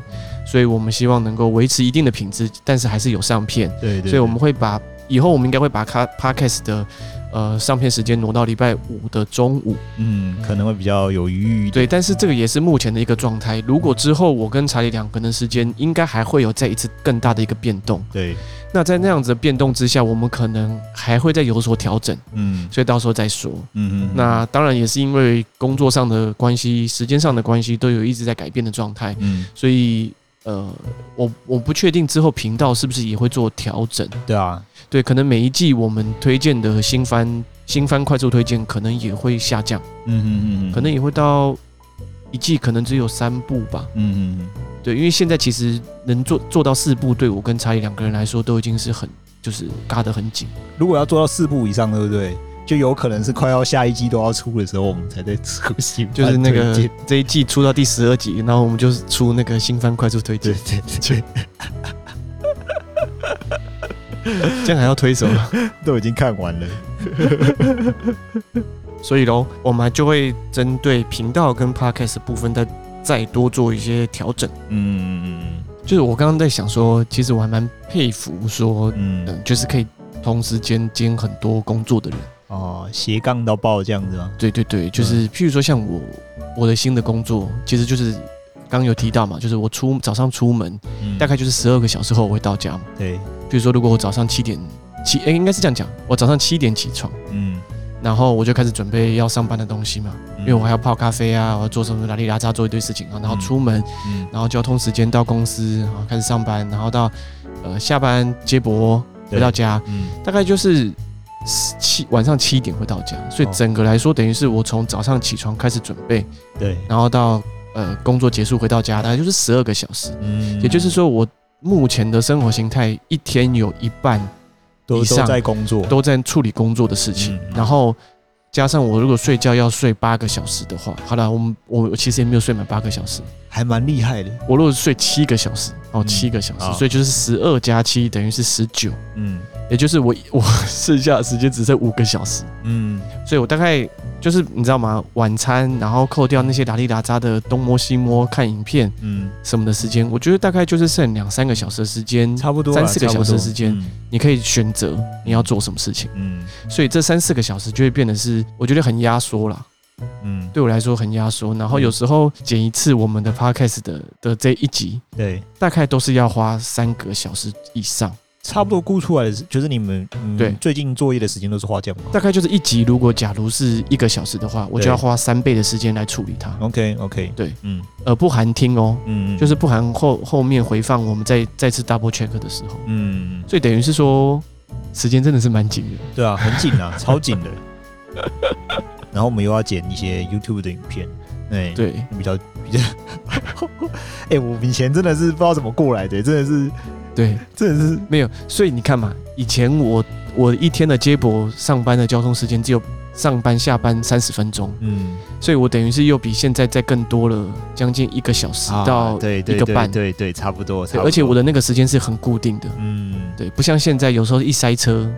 Speaker 2: 所以我们希望能够维持一定的品质，但是还是有上片。
Speaker 1: *laughs* *laughs* 对对，
Speaker 2: 所以我们会把以后我们应该会把卡 podcast 的呃上片时间挪到礼拜五的中午。
Speaker 1: 嗯，可能会比较有余裕一点。
Speaker 2: 对，但是这个也是目前的一个状态。如果之后我跟查理两个人的时间，应该还会有再一次更大的一个变动。
Speaker 1: 对，
Speaker 2: 那在那样子的变动之下，我们可能还会再有所调整，
Speaker 1: 嗯
Speaker 2: 所以到时候再说。
Speaker 1: 嗯嗯，
Speaker 2: 那当然也是因为工作上的关系、时间上的关系，都有一直在改变的状态，
Speaker 1: 嗯，
Speaker 2: 所以呃，我我不确定之后频道是不是也会做调整。
Speaker 1: 对啊，
Speaker 2: 对，可能每一季我们推荐的新番、新番快速推荐可能也会下降，
Speaker 1: 嗯嗯嗯，
Speaker 2: 可能也会到一季可能只有三部吧。
Speaker 1: 嗯嗯
Speaker 2: 对，因为现在其实能做做到四部，对我跟查理两个人来说都已经是很就是嘎得很紧。
Speaker 1: 嗯，如果要做到四部以上，对不对？就有可能是快要下一季都要出的时候，我们才在出新番
Speaker 2: *laughs* 就是那
Speaker 1: 推
Speaker 2: 个
Speaker 1: 荐
Speaker 2: 这一季出到第十二集，然后我们就是出那个新番快速推
Speaker 1: 对
Speaker 2: 荐，
Speaker 1: 对对，
Speaker 2: 这样还要推啊什么？
Speaker 1: 都已经看完了。
Speaker 2: *laughs* 所以喽，我们就会针对频道跟 podcast 部分再再多做一些调整。
Speaker 1: 嗯
Speaker 2: 就是我刚刚在想说，其实我还蛮佩服说
Speaker 1: 嗯嗯
Speaker 2: 嗯，就是可以同时兼兼很多工作的人。
Speaker 1: 哦，斜杠到爆这样子吗？
Speaker 2: 对对对，就是譬如说像我，我的新的工作其实就是刚刚有提到嘛，就是我出早上出门，
Speaker 1: 嗯
Speaker 2: 大概就是十二个小时后我会到家嘛。
Speaker 1: 对，
Speaker 2: 譬如说，如果我早上七点起，哎、应该是这样讲，我早上七点起床，
Speaker 1: 嗯，
Speaker 2: 然后我就开始准备要上班的东西嘛，
Speaker 1: 嗯
Speaker 2: 因为我还要泡咖啡啊，我要做什么拉里拉扎做一堆事情啊，然后出门，
Speaker 1: 嗯
Speaker 2: 然后交通时间到公司，然后开始上班，然后到呃下班接驳回到家，
Speaker 1: 嗯
Speaker 2: 大概就是七晚上七点会到家，所以
Speaker 1: 哦
Speaker 2: 整个来说，等于是我从早上起床开始准备，
Speaker 1: 对，
Speaker 2: 然后到呃工作结束回到家，大概就是十二个小时。
Speaker 1: 嗯
Speaker 2: 也就是说，我目前的生活形态一天有一半
Speaker 1: 都
Speaker 2: 以
Speaker 1: 都
Speaker 2: 上
Speaker 1: 在工作，
Speaker 2: 都在处理工作的事情
Speaker 1: 嗯，嗯
Speaker 2: 然后加上我如果睡觉要睡八个小时的话，好了，我们我我其实也没有睡满八个小时，
Speaker 1: 还蛮厉害的。
Speaker 2: 我如果睡七个小时，哦，
Speaker 1: 嗯
Speaker 2: 七个小
Speaker 1: 好
Speaker 2: 时，所以就是十二加七等于是十九，
Speaker 1: 嗯
Speaker 2: 也就是我 *laughs* 我剩下的时间只剩五个小时。
Speaker 1: 嗯
Speaker 2: 所以我大概就是你知道吗？晚餐，然后扣掉那些打里打扎的东摸西摸、看影片
Speaker 1: 嗯，
Speaker 2: 什么的时间，我觉得大概就是剩两三个小时的时间，
Speaker 1: 差不多啦
Speaker 2: 三四个小时的时间，，
Speaker 1: 差不多
Speaker 2: 你可以选择你要做什么事情。
Speaker 1: 嗯
Speaker 2: 所以这三四个小时就会变得是，我觉得很压缩啦，
Speaker 1: 嗯嗯，
Speaker 2: 对我来说很压缩。然后有时候剪一次我们的 podcast 的的这一集，
Speaker 1: 对。
Speaker 2: 大概都是要花三个小时以上。
Speaker 1: 差不多估出来的是，就是你们嗯，
Speaker 2: 对
Speaker 1: 最近作业的时间都是花这样吗
Speaker 2: 大概就是一集，如果假如是一个小时的话，我就要花三倍的时间来处理它，
Speaker 1: ？OK OK，
Speaker 2: 对，
Speaker 1: 嗯
Speaker 2: 呃，不含听哦，
Speaker 1: 嗯，嗯
Speaker 2: 就是不含后后面回放，我们再再次 double check 的时候，
Speaker 1: 嗯，
Speaker 2: 所以等于是说时间真的是蛮紧的。
Speaker 1: 对啊，很紧啊，超紧的。 *laughs* 然后我们又要剪一些 YouTube 的影片，哎，，
Speaker 2: 对，
Speaker 1: 比较比较，哎，我以前真的是不知道怎么过来的，真的是
Speaker 2: 对，
Speaker 1: 真的是，
Speaker 2: 没有，所以你看嘛，以前我我一天的接驳上班的交通时间只有上班下班三十分钟，
Speaker 1: 嗯，
Speaker 2: 所以我等于是又比现在再更多了将近一个小时
Speaker 1: 啊
Speaker 2: 到
Speaker 1: 对对
Speaker 2: 一个
Speaker 1: 对
Speaker 2: 半，
Speaker 1: 对对，差不多，差
Speaker 2: 对
Speaker 1: 不多
Speaker 2: 而且我的那个时间是很固定的，
Speaker 1: 嗯，
Speaker 2: 对，不像现在有时候一塞车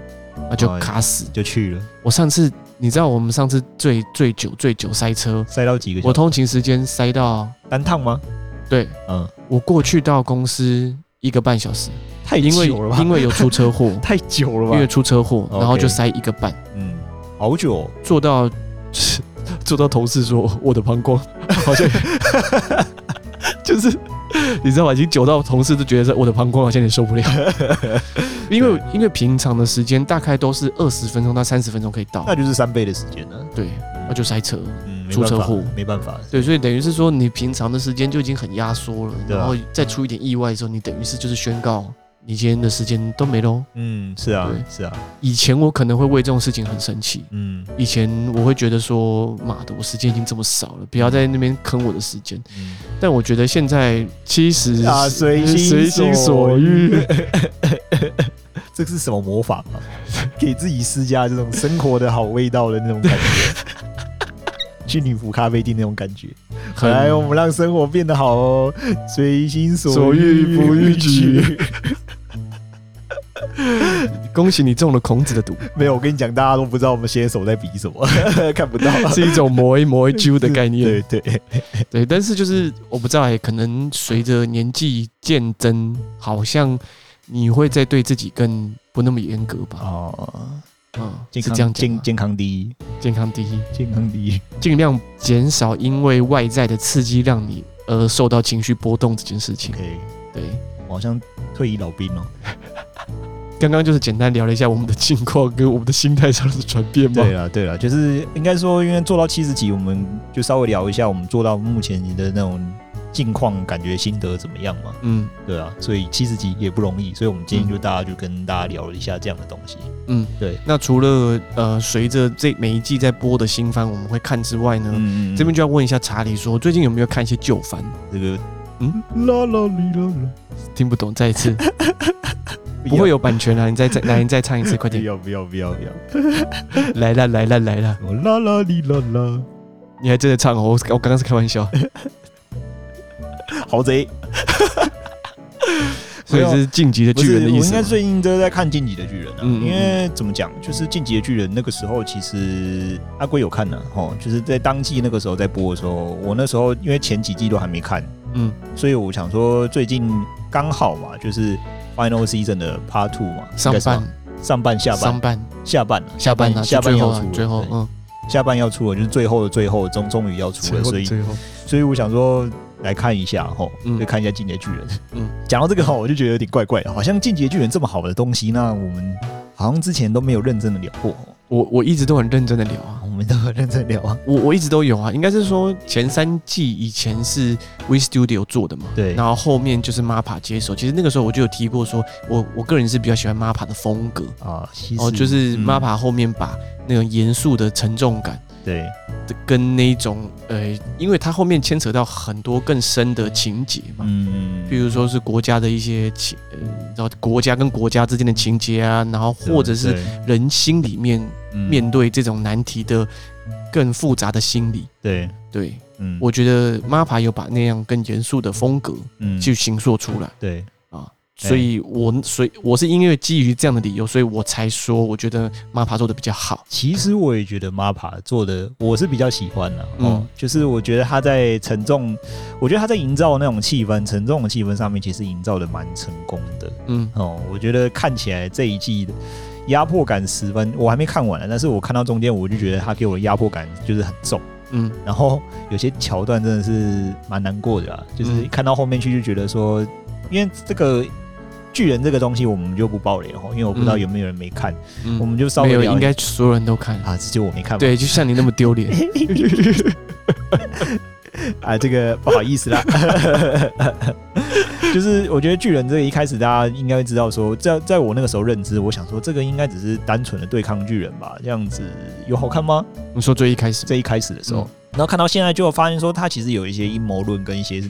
Speaker 2: 啊就
Speaker 1: 哎
Speaker 2: 卡死。
Speaker 1: 就去了，
Speaker 2: 我上次你知道我们上次最最久最久塞车，
Speaker 1: 塞到几个
Speaker 2: 我
Speaker 1: 小时？
Speaker 2: 通勤时间塞到
Speaker 1: 单趟吗？
Speaker 2: 对
Speaker 1: 嗯，
Speaker 2: 我过去到公司一个半小时，
Speaker 1: 太
Speaker 2: 因为
Speaker 1: 久了吧？
Speaker 2: 因为有出车祸，
Speaker 1: *laughs* 太久了
Speaker 2: 因
Speaker 1: 吧
Speaker 2: 为？出车祸，
Speaker 1: OK
Speaker 2: 然后就塞一个半，
Speaker 1: 嗯，好久哦，
Speaker 2: 坐到 *laughs* 坐到同事说我的膀胱 *laughs*
Speaker 1: *laughs*
Speaker 2: 好像就是你知道吗？已经久到同事都觉得我的膀胱好像有点受不了，
Speaker 1: *laughs*
Speaker 2: 因为因为平常的时间大概都是二十分钟到三十分钟可以到
Speaker 1: 那，就是三倍的时间了。
Speaker 2: 对，那就塞车。
Speaker 1: 嗯，没
Speaker 2: 出
Speaker 1: 办
Speaker 2: 车
Speaker 1: 法
Speaker 2: 祸
Speaker 1: 没办法。
Speaker 2: 对，所以等于是说，你平常的时间就已经很压缩了，
Speaker 1: 对啊
Speaker 2: 然后再出一点意外的时候，你等于是就是宣告你今天的时间都没喽。
Speaker 1: 嗯，是啊
Speaker 2: 对，
Speaker 1: 是啊，
Speaker 2: 以前我可能会为这种事情很生气，
Speaker 1: 嗯
Speaker 2: 以前我会觉得说，妈的，我时间已经这么少了，不要在那边坑我的时间。
Speaker 1: 嗯，
Speaker 2: 但我觉得现在其实
Speaker 1: 啊随心
Speaker 2: 随心所
Speaker 1: 所
Speaker 2: 欲，
Speaker 1: 这是什么魔法吗？ *laughs* 给自己施加这种生活的好味道的那种感觉，
Speaker 2: *laughs*
Speaker 1: 去女仆咖啡厅那种感觉。
Speaker 2: 很
Speaker 1: 来，我们让生活变得好哦，随心
Speaker 2: 所
Speaker 1: 所
Speaker 2: 欲
Speaker 1: 欲
Speaker 2: 不
Speaker 1: 不
Speaker 2: 逾
Speaker 1: 逾
Speaker 2: 矩
Speaker 1: 矩。
Speaker 2: 恭喜你中了孔
Speaker 1: *laughs*
Speaker 2: 子的毒，
Speaker 1: *laughs* 没有，我跟你讲，大家都不知道我们写手在比什么， *laughs* 看不到。
Speaker 2: 是一种磨一磨一揪的概念。
Speaker 1: 对对，
Speaker 2: 对，但是就是我不知道欸，可能随着年纪渐增，好像你会再对自己更不那么严格吧？
Speaker 1: 哦，
Speaker 2: 嗯，
Speaker 1: 健
Speaker 2: 是
Speaker 1: 康
Speaker 2: 这样讲
Speaker 1: 健
Speaker 2: 吗，
Speaker 1: 健康第一，
Speaker 2: 健康第一，
Speaker 1: 健康第一。
Speaker 2: 尽量减少因为外在的刺激让你而受到情绪波动这件事情。
Speaker 1: OK，
Speaker 2: 对，
Speaker 1: 我好像退役老兵哦。
Speaker 2: 刚刚就是简单聊了一下我们的近况跟我们的心态上的转变嘛。
Speaker 1: 对了对了，啊就是应该说，因为做到七十集，我们就稍微聊一下我们做到目前你的那种近况，感觉心得怎么样嘛？
Speaker 2: 嗯
Speaker 1: 对啊，所以七十集也不容易，所以我们今天就大家就跟大家聊了一下这样的东西。
Speaker 2: 嗯，
Speaker 1: 对。
Speaker 2: 那除了呃，随着这每一季在播的新番我们会看之外呢，
Speaker 1: 嗯
Speaker 2: 这边就要问一下查理说，最近有没有看一些旧番？
Speaker 1: 这个
Speaker 2: 嗯
Speaker 1: 嗯啦啦哩啦啦，
Speaker 2: 听不懂，再一
Speaker 1: *laughs*
Speaker 2: 次。不会
Speaker 1: 有
Speaker 2: 有版权啊啦，你再再
Speaker 1: *laughs*
Speaker 2: 来，你再唱一次，快
Speaker 1: 不
Speaker 2: 点！
Speaker 1: 要不要不要不要，
Speaker 2: 来啦来啦来啦！
Speaker 1: 我啦啦哩啦啦，
Speaker 2: 你还真的唱哦，我我刚刚是开
Speaker 1: *laughs*
Speaker 2: 玩笑，
Speaker 1: 豪贼。
Speaker 2: 所以这是晋级的
Speaker 1: 啊不
Speaker 2: 巨
Speaker 1: 是，
Speaker 2: 人的意
Speaker 1: 我应
Speaker 2: 思
Speaker 1: 该
Speaker 2: 吗。
Speaker 1: 最近都在看《进击的巨人》啊，
Speaker 2: 嗯嗯嗯
Speaker 1: 因为怎么讲，就是《进击的巨人》那个时候，其实阿龟有看呢、哦，就是在当季那个时候在播的时候，我那时候因为前几季都还没看，
Speaker 2: 嗯
Speaker 1: 所以我想说最近刚好嘛，就是 Final Season 的 Part Two 嘛，
Speaker 2: 上
Speaker 1: 应该是
Speaker 2: 半
Speaker 1: 嘛上半下
Speaker 2: 上
Speaker 1: 半
Speaker 2: 半
Speaker 1: 下半
Speaker 2: 下半啊，
Speaker 1: 下半
Speaker 2: 就最
Speaker 1: 要
Speaker 2: 后
Speaker 1: 出
Speaker 2: 啊
Speaker 1: 了，
Speaker 2: 最后
Speaker 1: 对
Speaker 2: 嗯，
Speaker 1: 下半要出了，就是最后的最后，终终于要出
Speaker 2: 最
Speaker 1: 了，
Speaker 2: 后
Speaker 1: 所以
Speaker 2: 最后
Speaker 1: 所以我想说来看一下吼，
Speaker 2: 嗯
Speaker 1: 就看一下《进击的巨人》。
Speaker 2: 嗯
Speaker 1: 嗯，讲到这个哈，我就觉得有点怪怪的，好像《进击的巨人》这么好的东西，那我们好像之前都没有认真的聊过吼，
Speaker 2: 我我一直都很认真的聊啊，
Speaker 1: 我们都很认真
Speaker 2: *laughs*
Speaker 1: 地聊啊。
Speaker 2: 我我一直都有啊，应该是说前三季以前是 We Studio 做的嘛，
Speaker 1: 对
Speaker 2: 然后后面就是 MAPA 接手。其实那个时候我就有提过说，我我个人是比较喜欢 MAPA 的风格，
Speaker 1: 啊，其实
Speaker 2: 哦，就是
Speaker 1: MAPA
Speaker 2: MAPA 后面把那种严肃的沉重感。
Speaker 1: 对，
Speaker 2: 跟那一种呃，因为它后面牵扯到很多更深的情节嘛，
Speaker 1: 嗯，
Speaker 2: 比如说是国家的一些情，呃，然后国家跟国家之间的情节啊，然后或者是
Speaker 1: 对
Speaker 2: 人心里面
Speaker 1: 嗯
Speaker 2: 面对这种难题的更复杂的心理。
Speaker 1: 对，
Speaker 2: 对，
Speaker 1: 嗯，
Speaker 2: 我觉得 MAPA 有把那样更严肃的风格
Speaker 1: 嗯
Speaker 2: 去形塑出来，
Speaker 1: 对，
Speaker 2: 所以我所以我是因为基于这样的理由，所以我才说我觉得 MAPA 做的比较好。
Speaker 1: 其实我也觉得 MAPA 做的我是比较喜欢的、哦
Speaker 2: 嗯，
Speaker 1: 就是我觉得他在沉重，我觉得他在营造那种气氛，沉重的气氛上面，其实营造的蛮成功的。
Speaker 2: 嗯
Speaker 1: 哦，我觉得看起来这一季的压迫感十分，我还没看完呢，但是我看到中间我就觉得他给我的压迫感就是很重，
Speaker 2: 嗯，
Speaker 1: 然后有些桥段真的是蛮难过
Speaker 2: *laughs*
Speaker 1: 的啊，就是
Speaker 2: 嗯
Speaker 1: 看到后面去就觉得说，因为这个巨人这个东西我们就不爆雷了哦，因为我不知道
Speaker 2: 嗯
Speaker 1: 有没有人没看，
Speaker 2: 嗯
Speaker 1: 我们就稍
Speaker 2: 没
Speaker 1: 微
Speaker 2: 有，
Speaker 1: 聊
Speaker 2: 应
Speaker 1: 一
Speaker 2: 该所有人都看。
Speaker 1: 啊，只有我没看嘛，
Speaker 2: 对，就像你那么丢
Speaker 1: *laughs*
Speaker 2: 脸。
Speaker 1: 啊，这个不好意思啦， *laughs* 就是我觉得巨人这个一开始大家应该会知道说，在在我那个时候认知，我想说这个应该只是单纯的对抗巨人吧，这样子有好看吗？
Speaker 2: 你说最一开始
Speaker 1: 这一开始的时候，
Speaker 2: 嗯
Speaker 1: 然后看到现在就发现说，它其实有一些阴谋论跟一些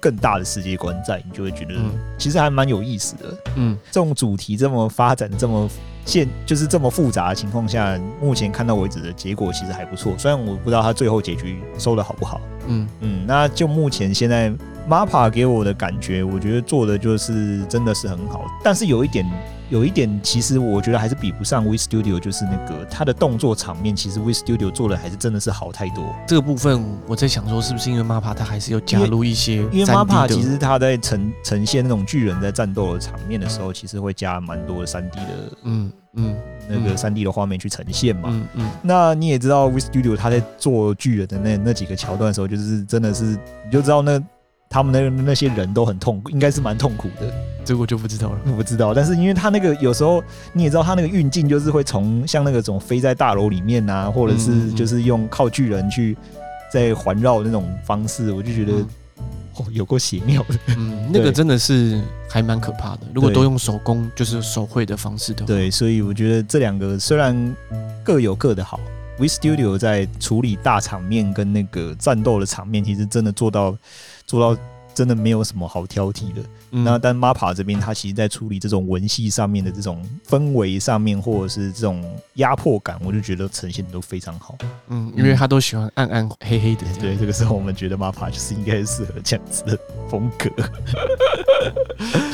Speaker 1: 更大的世界观在，你就会觉得
Speaker 2: 嗯
Speaker 1: 其实还蛮有意思的。
Speaker 2: 嗯
Speaker 1: 这种主题这么发展这么现就是这么复杂的情况下，目前看到为止的结果其实还不错，虽然我不知道它最后结局收的好不好。
Speaker 2: 嗯
Speaker 1: 嗯，那就目前现在 MAPA 给我的感觉，我觉得做的就是真的是很好，但是有一点，有一点，其实我觉得还是比不上 We Studio，就是那个它的动作场面，其实 We Studio 做的还是真的是好太多。
Speaker 2: 这个部分我在想说，是不是因为 MAPA 它还是有加入一些
Speaker 1: 因为
Speaker 2: 3D 的
Speaker 1: MAPA 其实它在呈呈现那种巨人在战斗的场面的时候，其实会加蛮多的三 D 的
Speaker 2: 嗯嗯
Speaker 1: 那
Speaker 2: 嗯
Speaker 1: 个三 D 的画面去呈现嘛。
Speaker 2: 嗯嗯
Speaker 1: 那你也知道，We Studio 他在做巨人的那那几个桥段的时候，就是真的是你就知道那他们那那些人都很痛苦，应该是蛮痛苦的。
Speaker 2: 这个我就不知道了。
Speaker 1: 我不知道，但是因为他那个有时候你也知道，他那个运镜就是会从像那个种飞在大楼里面啊，或者
Speaker 2: 嗯嗯
Speaker 1: 是
Speaker 2: 嗯
Speaker 1: 就是用靠巨人去在环绕的那种方式，我就觉得
Speaker 2: 嗯
Speaker 1: 哦，有过血尿的。 *laughs*
Speaker 2: 嗯，那个
Speaker 1: 对
Speaker 2: 真的是还蛮可怕的。如果
Speaker 1: 对
Speaker 2: 都用手工，就是手绘的方式的话，
Speaker 1: 对，所以我觉得这两个虽然各有各的好，We Studio 在处理大场面跟那个战斗的场面，其实真的做到做到真的没有什么好挑剔的。
Speaker 2: 嗯，
Speaker 1: 那但 MAPA 这边，它其实在处理这种文戏上面的这种氛围上面，或者是这种压迫感，我就觉得呈现的都非常好。
Speaker 2: 嗯，因为他都喜欢暗暗黑黑的，
Speaker 1: 对，，这个时候我们觉得 MAPA 就是应该是适合这样子的风格。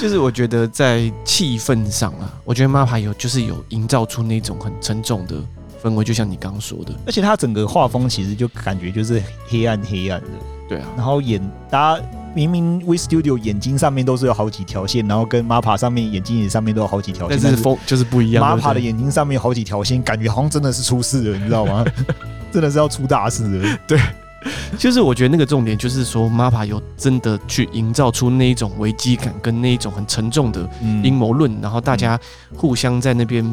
Speaker 2: 就是我觉得在气氛上啊，我觉得 MAPA 有就是有营造出那种很沉重的氛围，就像你刚刚说的，
Speaker 1: 而且它整个画风其实就感觉就是黑暗黑暗的，
Speaker 2: 对啊，
Speaker 1: 然后眼大家明明 We Studio 眼睛上面都是有好几条线，然后跟 MAPA 上面眼睛也上面都有好几条线，
Speaker 2: 但是风就是不一样。
Speaker 1: MAPA 的
Speaker 2: 对
Speaker 1: 眼睛上面有好几条线，感觉好像真的是出事了，你知道吗？真的是要出大事
Speaker 2: *laughs*
Speaker 1: 了。
Speaker 2: 不对，就是我觉得那个重点就是说 MAPA 有真的去营造出那一种危机感跟那一种很沉重的
Speaker 1: 嗯
Speaker 2: 阴谋论，然后大家互相在那边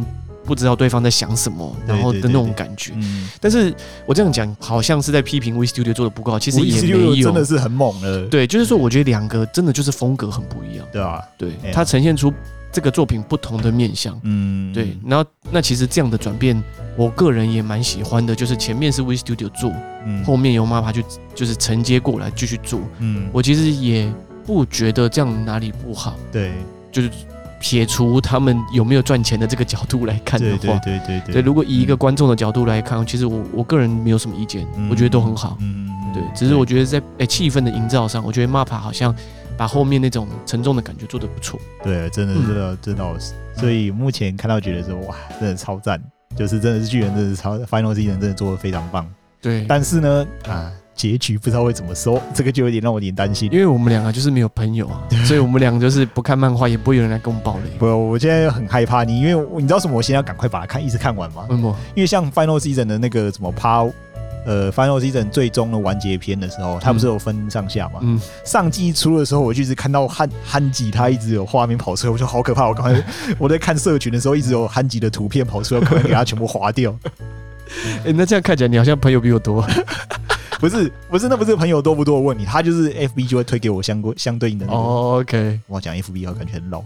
Speaker 2: 不知道对方在想什么，然后的那种感觉。
Speaker 1: 嗯，
Speaker 2: 但是我这样讲好像是在批评 We Studio 做的不够好，其实
Speaker 1: We
Speaker 2: 也没
Speaker 1: Studio
Speaker 2: 有
Speaker 1: 真。的是很猛了，
Speaker 2: 对，就是说，我觉得两个真的就是风格很不一样。
Speaker 1: 对吧？
Speaker 2: 对
Speaker 1: 哎，呀
Speaker 2: 它呈现出这个作品不同的面相。
Speaker 1: 嗯，
Speaker 2: 对，然后那其实这样的转变，我个人也蛮喜欢的，就是前面是 We Studio 做，
Speaker 1: 嗯，
Speaker 2: 后面由 MAPA 就就是承接过来继续做。
Speaker 1: 嗯，
Speaker 2: 我其实也不觉得这样哪里不好，
Speaker 1: 对，
Speaker 2: 撇除他们有没有赚钱的这个角度来看的
Speaker 1: 对对
Speaker 2: 话，
Speaker 1: 对对对
Speaker 2: 对，如果以一个观众的角度来看，其实我我个人没有什么意见，
Speaker 1: 嗯
Speaker 2: 我觉得都很好。
Speaker 1: 嗯，嗯嗯
Speaker 2: 对，只是我觉得在诶气氛的营造上，我觉得 MAPA 好像把后面那种沉重的感觉做得不错。
Speaker 1: 对，真的
Speaker 2: 嗯
Speaker 1: 这倒这倒是，所以目前看到觉得说哇，真的超赞，就是真的是巨人，真的是超 Final Season 真的做的非常棒，
Speaker 2: 对，
Speaker 1: 但是呢啊，结局不知道会怎么收， *laughs* 这个就有点让我有点担心。
Speaker 2: 因为我们两个就是没有朋友啊，所以我们两个就是不看漫画，也不会有人来跟我们爆雷。
Speaker 1: 不，我现在很害怕你，因为我你知道什么？我现在要赶快把它看，一直看完吗？
Speaker 2: 为什么？
Speaker 1: 因为像 Final Season 的那个什么趴，呃，Final Season 最终的完结篇的时候，它不是有分上下嘛？
Speaker 2: 嗯，
Speaker 1: 上季出的时候，我就一直看到汉汉吉他一直有画面跑出来，我说好可怕！我刚
Speaker 2: *laughs*
Speaker 1: 才我在看社群的时候，一直有汉吉的图片跑出来，我赶快给它全部划
Speaker 2: *laughs*
Speaker 1: 掉。
Speaker 2: 哎、那这样看起来你好像朋友比我多。
Speaker 1: 不是不是，那不是朋友多不多的问题，他就是 FB 就会推给我相关相对应的那个。
Speaker 2: *laughs* 哦，OK，
Speaker 1: 我讲 FB 要感觉很老，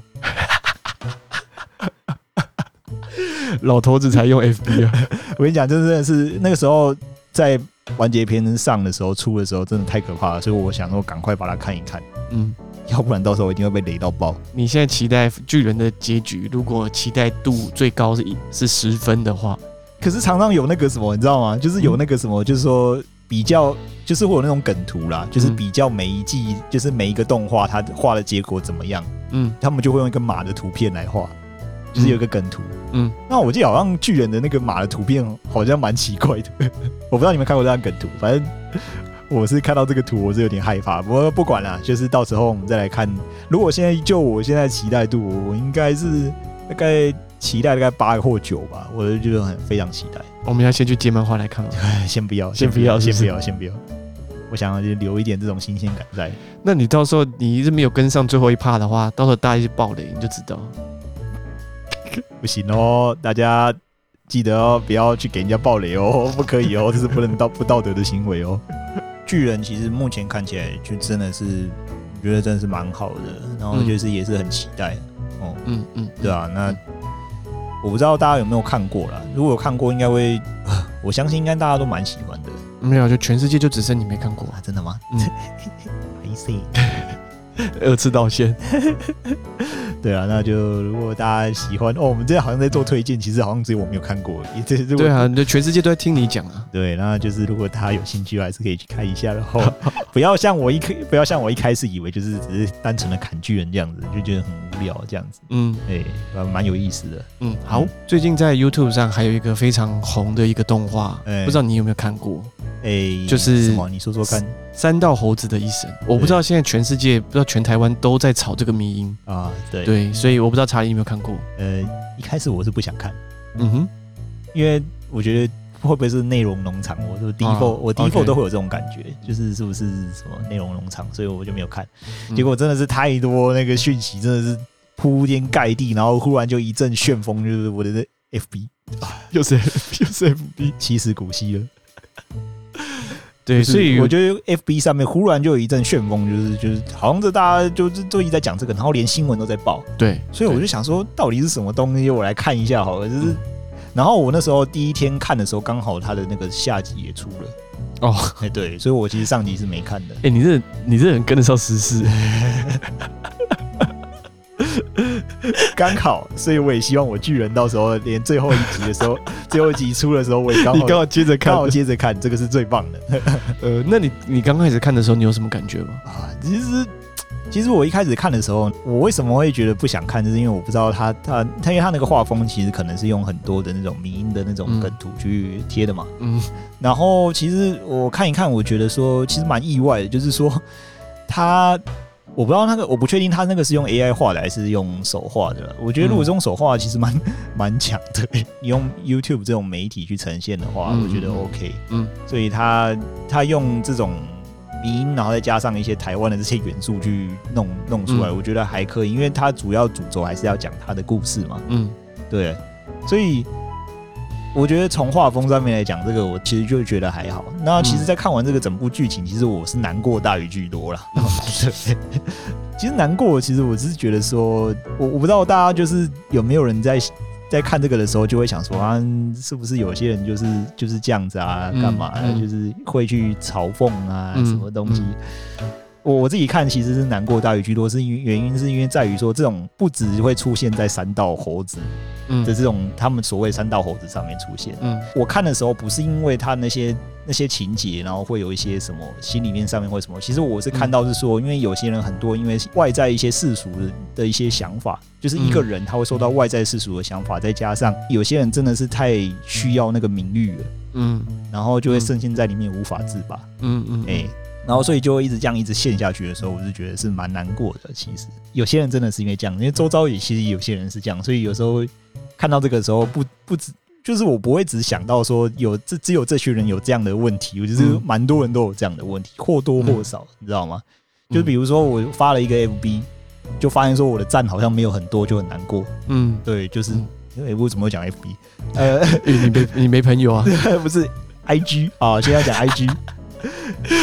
Speaker 2: 老头子才 *laughs* 用 FB 啊。
Speaker 1: 我跟你讲，这真的是那个时候在完结篇上的时候出的时候，真的太可怕了，所以我想说赶快把它看一看，
Speaker 2: 嗯，
Speaker 1: 要不然到时候我一定会被雷到爆。
Speaker 2: 你现在期待巨人的结局，如果期待度最高是一是十分的话，
Speaker 1: 可是常常有那个什么，你知道吗？就是有那个什么，就是说比较，就是会有那种梗图啦，就是比较每一季，就是每一个动画它画的结果怎么样，
Speaker 2: 嗯，
Speaker 1: 他们就会用一个马的图片来画，就是有一个梗图。
Speaker 2: 嗯，
Speaker 1: 那我记得好像巨人的那个马的图片好像蛮奇怪的， *laughs* 我不知道你们看过这张梗图，反正。我是看到这个图，我是有点害怕。不过不管啦，就是到时候我们再来看。如果现在就我现在期待度，我应该是大概期待大概八或九吧，我就觉得很非常期待。
Speaker 2: 我们要先去接漫画来看吗？啊
Speaker 1: 哎，先不要，
Speaker 2: 先不要
Speaker 1: 先不
Speaker 2: 是不是
Speaker 1: 要，先不要。我想要就留一点这种新鲜感在。
Speaker 2: *laughs* 那你到时候你一直没有跟上最后一趴的话，到时候大家就爆雷，你就知道。
Speaker 1: 不行哦，大家记得哦，不要去给人家暴雷哦， *laughs* 不可以哦，这是不能道不道德的行为哦。巨人其实目前看起来就真的是，我觉得真的是蛮好的，然后就是也是很期待、哦，
Speaker 2: 嗯嗯，
Speaker 1: 对啊，那我不知道大家有没有看过啦，如果有看过，应该会， *sighs* 我相信应该大家都蛮喜欢的。
Speaker 2: 没有，就全世界就只剩你没看过，
Speaker 1: 哇，真的吗？
Speaker 2: 嗯
Speaker 1: I see。
Speaker 2: *laughs* 二次道歉。
Speaker 1: *laughs* 对啊，那就如果大家喜欢哦，我们这好像在做推荐，其实好像只有我没有看过。 *laughs* 也这如果
Speaker 2: 嗯对啊，你就全世界都在听你讲啊。
Speaker 1: 对，那就是如果大家有兴趣，还是可以去看一下。然后 *laughs* 不要像我一开，不要像我一开始以为就是只是单纯的砍巨人这样子，就觉得很无聊这样子。
Speaker 2: 嗯
Speaker 1: 对，蛮蛮有意思的。
Speaker 2: 嗯，好。最近在 YouTube 上还有一个非常红的一个动画，
Speaker 1: 哎
Speaker 2: 不知道你有没有看过
Speaker 1: 哎，
Speaker 2: 就是
Speaker 1: 什么？你说说看
Speaker 2: 《三道猴子的一生》？我不知道现在全世界，不知道全台湾都在炒这个迷音。
Speaker 1: 啊？对，
Speaker 2: 对，所以我不知道查理有没有看过。
Speaker 1: 呃，一开始我是不想看，
Speaker 2: 嗯哼，
Speaker 1: 因为我觉得。会不会是内容农场？我就 d e
Speaker 2: 啊
Speaker 1: f a u 我 d e f a u
Speaker 2: OK
Speaker 1: 都会有这种感觉，就是是不是什么内容农场，所以我就没有看。
Speaker 2: 嗯
Speaker 1: 结果真的是太多那个讯息，真的是铺天盖地，然后忽然就一阵旋风，就是我的那 FB
Speaker 2: 啊又是又是 FB。
Speaker 1: 七十股息了。
Speaker 2: 对，
Speaker 1: 就是
Speaker 2: 所以
Speaker 1: 我觉得 F B 上面忽然就有一阵旋风，就是就是好像这大家就是都一直在讲这个，然后连新闻都在报，
Speaker 2: 对，
Speaker 1: 所以我
Speaker 2: 对
Speaker 1: 就想说到底是什么东西，我来看一下好了。
Speaker 2: 嗯
Speaker 1: 就是，然后我那时候第一天看的时候，刚好他的那个下集也出了，
Speaker 2: 哦，
Speaker 1: 哎、对，所以我其实上集是没
Speaker 2: *laughs*
Speaker 1: 看的。
Speaker 2: 哎、你这你这人跟得上
Speaker 1: *laughs*
Speaker 2: 时事，
Speaker 1: 刚好，所以我也希望我巨人到时候连最后一集的时候，最后一集出的时候，我也刚
Speaker 2: 你
Speaker 1: 好
Speaker 2: 刚好接着看
Speaker 1: 刚。好接着看，这个是最棒的
Speaker 2: 呃，那你你刚开始看的时候，你有什么感觉吗？
Speaker 1: 啊！其实，其实我一开始看的时候，我为什么会觉得不想看，就是因为我不知道他他他，因为他那个画风其实可能是用很多的那种迷因的那种
Speaker 2: 嗯
Speaker 1: 梗图去贴的嘛。
Speaker 2: 嗯，
Speaker 1: 然后其实我看一看，我觉得说其实蛮意外的，就是说他。我不知道那个，我不确定他那个是用 AI 画的还是用手画的啦。我觉得如果是用手画，其实蛮 *laughs* 蛮强的。你用 YouTube 这种媒体去呈现的话，
Speaker 2: 嗯
Speaker 1: 我觉得
Speaker 2: 嗯嗯
Speaker 1: OK。
Speaker 2: 嗯，
Speaker 1: 所以他他用这种鼻音，然后再加上一些台湾的这些元素去弄弄出来，
Speaker 2: 嗯
Speaker 1: 我觉得还可以，因为他主要主轴还是要讲他的故事嘛。
Speaker 2: 嗯，
Speaker 1: 对，所以我觉得从画风上面来讲，这个我其实就觉得还好。那
Speaker 2: 嗯
Speaker 1: 其实，在看完这个整部剧情，其实我是难过大于剧多了。对， *laughs* 其实难过，其实我只是觉得说，我我不知道大家就是有没有人在。在看这个的时候，就会想说啊，是不是有些人就是就是这样子啊，
Speaker 2: 嗯
Speaker 1: 干嘛、啊
Speaker 2: 嗯
Speaker 1: 就是会去嘲讽啊，
Speaker 2: 嗯
Speaker 1: 什么东西？我我自己看其实是难过大于居多，是因为原因是因为在于说这种不只会出现在三道猴子
Speaker 2: 嗯
Speaker 1: 的这种他们所谓三道猴子上面出现。
Speaker 2: 嗯
Speaker 1: 我看的时候不是因为他那些那些情节，然后会有一些什么心里面上面会什么，其实我是看到是说，因为有些人很多因为外在一些世俗的的一些想法，就是一个人他会受到外在世俗的想法，再加上有些人真的是太需要那个名誉了，
Speaker 2: 嗯
Speaker 1: 然后就会深陷在里面无法自拔。
Speaker 2: 嗯嗯，
Speaker 1: 哎、然后所以就会一直这样一直陷下去的时候，我就觉得是蛮难过的。其实有些人真的是因为这样，因为周遭也其实有些人是这样，所以有时候看到这个时候不不只就是我不会只想到说有这只有这群人有这样的问题，我就是
Speaker 2: 嗯
Speaker 1: 蛮多人都有这样的问题，或多或少，你知道吗？就比如
Speaker 2: 嗯
Speaker 1: 说我发了一个 FB，就发现说我的赞好像没有很多，就很难过。
Speaker 2: 嗯，
Speaker 1: 对，就是
Speaker 2: 嗯
Speaker 1: 因为为什么会讲 FB？呃。
Speaker 2: 因为你没你没朋友啊，
Speaker 1: 不是 IG 啊、现在讲
Speaker 2: *laughs*
Speaker 1: IG，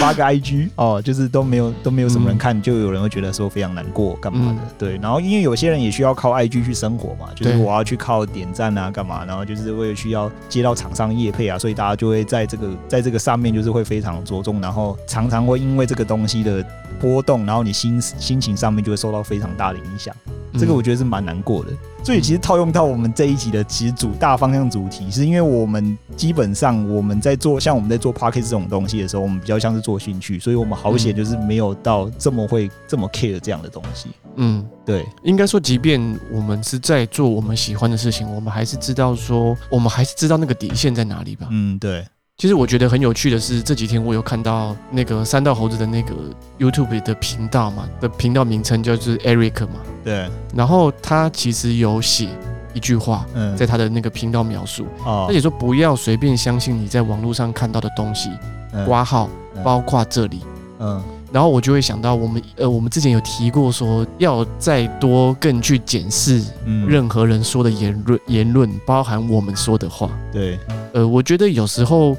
Speaker 1: 发个 IG 哦，就是都没有都没有什么人看，就有人会觉得说非常难过干嘛的、
Speaker 2: 嗯
Speaker 1: 对，然后因为有些人也需要靠 IG 去生活嘛，就是
Speaker 2: 对
Speaker 1: 我要去靠点赞啊干嘛，然后就是为了需要接到厂商业配啊，所以大家就会在这个在这个上面就是会非常着重，然后常常会因为这个东西的波动，然后你心心情上面就会受到非常大的影响。 *laughs* 这
Speaker 2: 嗯
Speaker 1: 个我觉得是蛮难过的。所以其实套用到我们这一集的其实主大方向主题，是因为我们基本上我们在做像我们在做 p o c k e t 这种东西的时候，我们比较像是做兴趣，所以我们好
Speaker 2: 嗯
Speaker 1: 险就是没有到这么会这么 care 这样的东西。
Speaker 2: 嗯。
Speaker 1: 对，
Speaker 2: 应该说，即便我们是在做我们喜欢的事情，我们还是知道说，我们还是知道那个底线在哪里吧。
Speaker 1: 嗯，对，
Speaker 2: 其实我觉得很有趣的是，这几天我有看到那个三道猴子的那个 YouTube 的频道嘛，的频道名称叫做 Eric 嘛，
Speaker 1: 对，
Speaker 2: 然后他其实有写一句话，
Speaker 1: 嗯，
Speaker 2: 在他的那个频道描述，
Speaker 1: 哦
Speaker 2: 他，写说不要随便相信你在网络上看到的东西，
Speaker 1: 嗯
Speaker 2: 挂号
Speaker 1: 嗯
Speaker 2: 包括这里。
Speaker 1: 嗯
Speaker 2: 然后我就会想到，我们呃，我们之前有提过说，要再多更去检视
Speaker 1: 嗯，
Speaker 2: 任何人说的言论，言论包含我们说的话。
Speaker 1: 对，
Speaker 2: 呃，我觉得有时候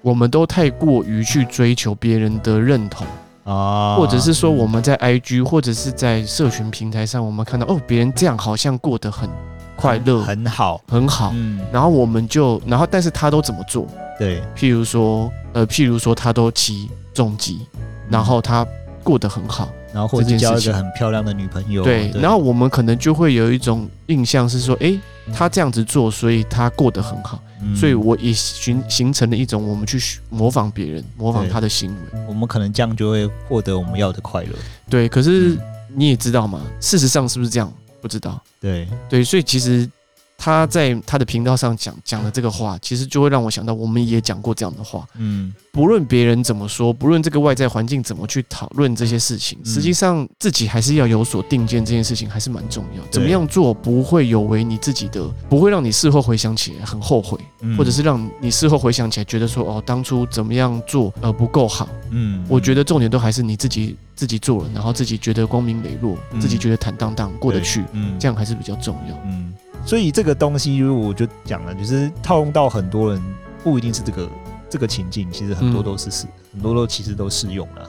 Speaker 2: 我们都太过于去追求别人的认同，
Speaker 1: 啊，
Speaker 2: 或者是说我们在 IG 或者是在社群平台上，我们看到哦，别人这样好像过得很快乐，
Speaker 1: 很好，
Speaker 2: 很好，
Speaker 1: 嗯，
Speaker 2: 然后我们就，然后但是他都怎么做？
Speaker 1: 对，
Speaker 2: 譬如说，呃，譬如说他都骑重疾，
Speaker 1: 嗯
Speaker 2: 然后他过得很好，
Speaker 1: 然后或者
Speaker 2: 这件
Speaker 1: 是
Speaker 2: 事
Speaker 1: 交一
Speaker 2: 情
Speaker 1: 个很漂亮的女朋友，
Speaker 2: 对，然后我们可能就会有一种印象是说，诶，他这样子做，所以他过得很好。
Speaker 1: 嗯
Speaker 2: 所以我也形形成了一种我们去学模仿别人、模仿
Speaker 1: 对
Speaker 2: 他的行为。
Speaker 1: 我们可能这样就会获得我们要的快乐，
Speaker 2: 对，可是
Speaker 1: 嗯
Speaker 2: 你也知道嘛，事实上是不是这样？不知道。
Speaker 1: 对，
Speaker 2: 对，所以其实他在他的频道上讲讲的这个话，其实就会让我想到，我们也讲过这样的话。
Speaker 1: 嗯，
Speaker 2: 不论别人怎么说，不论这个外在环境怎么去讨论这些事情，
Speaker 1: 嗯
Speaker 2: 实际上自己还是要有所定见，这件事情还是蛮重要。怎么样做不会有违你自己的，不会让你事后回想起来很后悔。
Speaker 1: 嗯
Speaker 2: 或者是让你事后回想起来，觉得说哦，当初怎么样做呃不够好。
Speaker 1: 嗯，
Speaker 2: 我觉
Speaker 1: 得
Speaker 2: 得重点都还是你自己自己做了，然后自己觉得光明磊落，
Speaker 1: 嗯
Speaker 2: 自己觉得坦荡荡过得去，
Speaker 1: 嗯
Speaker 2: 这样还是比较重要。
Speaker 1: 嗯，所以这个东西，如果我就讲了，就是套用到很多人，不一定是这个这个情境，其实很多都是适，很多都其实都适用了。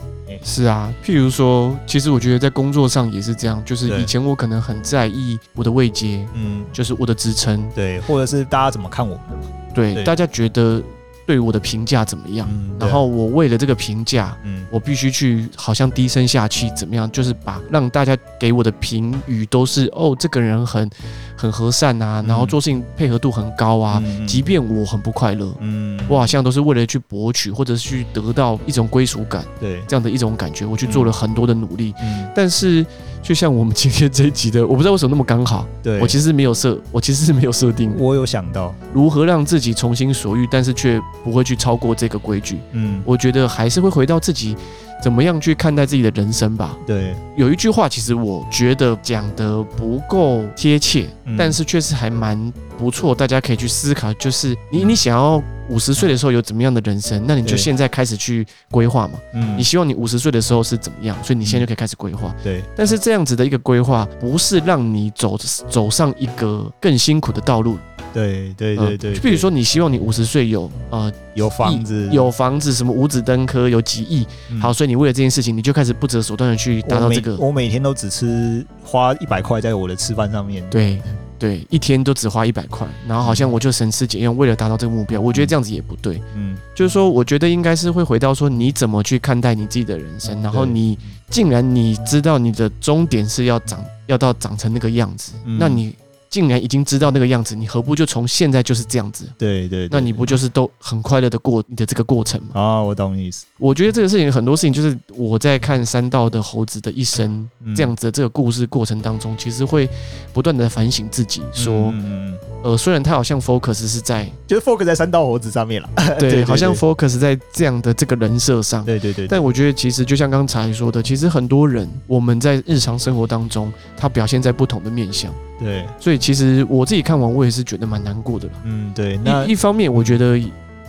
Speaker 2: 是啊，譬如说，其实我觉得在工作上也是这样，就是
Speaker 1: 对
Speaker 2: 以前我可能很在意我的位阶，
Speaker 1: 嗯，
Speaker 2: 就是我的职称，
Speaker 1: 对，或者是大家怎么看我们的嘛？
Speaker 2: 对
Speaker 1: 对
Speaker 2: 大家觉得对我的评价怎么样？
Speaker 1: 嗯，对
Speaker 2: 然后我为了这个评价，
Speaker 1: 嗯，
Speaker 2: 我必须去好像低声下气，怎么样？就是把让大家给我的评语都是哦，这个人很很和善啊，
Speaker 1: 嗯
Speaker 2: 然后做事情配合度很高啊，
Speaker 1: 嗯，嗯
Speaker 2: 即便我很不快乐。
Speaker 1: 嗯，
Speaker 2: 我好像都是为了去博取，或者是去得到一种归属感，
Speaker 1: 对，
Speaker 2: 这样的一种感觉，我去做了很多的努力。
Speaker 1: 嗯，
Speaker 2: 但是，就像我们今天这一集的，我不知道为什么那么刚好，
Speaker 1: 对，
Speaker 2: 我其实没有设，我其实是没有设定
Speaker 1: 我有想到，
Speaker 2: 如何让自己从心所欲，但是却不会去超过这个规矩。
Speaker 1: 嗯，
Speaker 2: 我觉得还是会回到自己怎么样去看待自己的人生吧。
Speaker 1: 对，
Speaker 2: 有一句话，其实我觉得讲得不够贴切，
Speaker 1: 嗯
Speaker 2: 但是确实还蛮不错，大家可以去思考。就是你你想要五十岁的时候有怎么样的人生，那你就
Speaker 1: 对
Speaker 2: 现在开始去规划嘛。
Speaker 1: 嗯
Speaker 2: 你，希望你五十岁的时候是怎么样，所以你现在就可以开始规划。
Speaker 1: 对，
Speaker 2: 但是这样子的一个规划，不是让你走走上一个更辛苦的道路。
Speaker 1: 对，对，
Speaker 2: 嗯
Speaker 1: 对，对，
Speaker 2: 就比如说你希望你五十岁有呃
Speaker 1: 有房子，
Speaker 2: 有房子，什么五子登科，有几亿，
Speaker 1: 嗯
Speaker 2: 好，所以你为了这件事情，你就开始不择手段的去达
Speaker 1: 我
Speaker 2: 到
Speaker 1: 每
Speaker 2: 这个，
Speaker 1: 我每天都只吃花一百块在我的吃饭上面。
Speaker 2: 对对，一天都只花一百块，然后好像我就省吃俭用，为了达到这个目标，我觉得这样子也不对。
Speaker 1: 嗯，
Speaker 2: 就是说，我觉得应该是会回到说，你怎么去看待你自己的人生，然后
Speaker 1: 嗯对
Speaker 2: 你竟然你知道你的终点是要长，要到长成那个样子，
Speaker 1: 嗯
Speaker 2: 那你竟然已经知道那个样子，你何不就从现在就是这样子？
Speaker 1: 对对对
Speaker 2: 那你不就是都很快乐的过你的这个过程吗？
Speaker 1: 啊，我懂你意思。
Speaker 2: 我觉得这个事情很多事情，就是我在看山道的猴子的一生
Speaker 1: 嗯
Speaker 2: 这样子的这个故事过程当中，其实会不断的反省自己，说，
Speaker 1: 嗯嗯嗯
Speaker 2: 呃，虽然他好像 focus 是在
Speaker 1: 就是 focus 在三道猴子上
Speaker 2: *laughs*
Speaker 1: 面了。
Speaker 2: 对，
Speaker 1: *laughs* 对
Speaker 2: 好像
Speaker 1: 对
Speaker 2: focus 在这样的这个人设上，
Speaker 1: 对对对，对
Speaker 2: 但我觉得其实就像刚才说的，其实很多人我们在日常生活当中，他表现在不同的面相，
Speaker 1: 对，
Speaker 2: 所以其实我自己看完，我也是觉得蛮难过的啦。
Speaker 1: 嗯对，那
Speaker 2: 一一方面，我觉得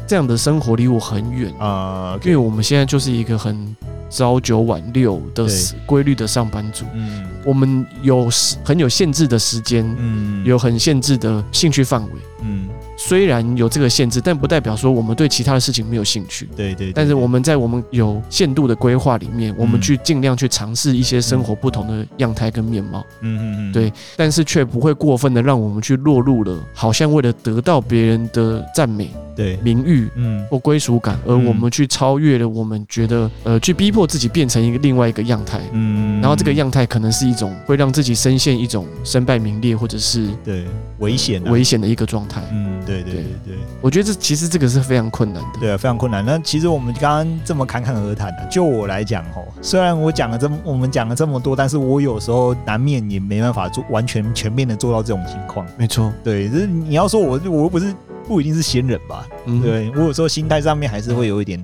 Speaker 2: 这样的生活离我很远，
Speaker 1: 啊，
Speaker 2: 因为我们现在就是一个很朝九晚六的
Speaker 1: 对
Speaker 2: 时规律的上班族，
Speaker 1: 嗯
Speaker 2: 我们有时很有限制的时间，
Speaker 1: 嗯
Speaker 2: 有很限制的兴趣范围。
Speaker 1: 嗯，
Speaker 2: 虽然有这个限制，但不代表说我们对其他的事情没有兴趣。
Speaker 1: 对对，对
Speaker 2: 但是
Speaker 1: 对嗯
Speaker 2: 我们在我们有限度的规划里面，我们去尽量去尝试一些生活不同的样态跟面貌，
Speaker 1: 嗯嗯嗯，
Speaker 2: 对但是却不会过分的让我们去落入了好像为了得到别人的赞美、
Speaker 1: 对，
Speaker 2: 名誉
Speaker 1: 嗯
Speaker 2: 或归属感，而
Speaker 1: 嗯
Speaker 2: 我们去超越了我们觉得呃去逼迫自己变成一个另外一个样态。
Speaker 1: 嗯，
Speaker 2: 然后这个样态可能是一种会让自己深陷一种身败名裂或者是
Speaker 1: 对危险啊
Speaker 2: 危险的一个状态。
Speaker 1: 嗯，对对
Speaker 2: 对
Speaker 1: 对对
Speaker 2: 我觉得这其实这个是非常困难的。
Speaker 1: 对啊，非常困难。那其实我们刚刚这么侃侃而谈的、啊就我来讲哦，虽然我讲了这么我们讲了这么多，但是我有时候难免也没办法做完全全面的做到这种情况。
Speaker 2: 没错，
Speaker 1: 对，就是你要说我我又不是不一定是仙人吧，
Speaker 2: 嗯，
Speaker 1: 对我有时候心态上面还是会有一点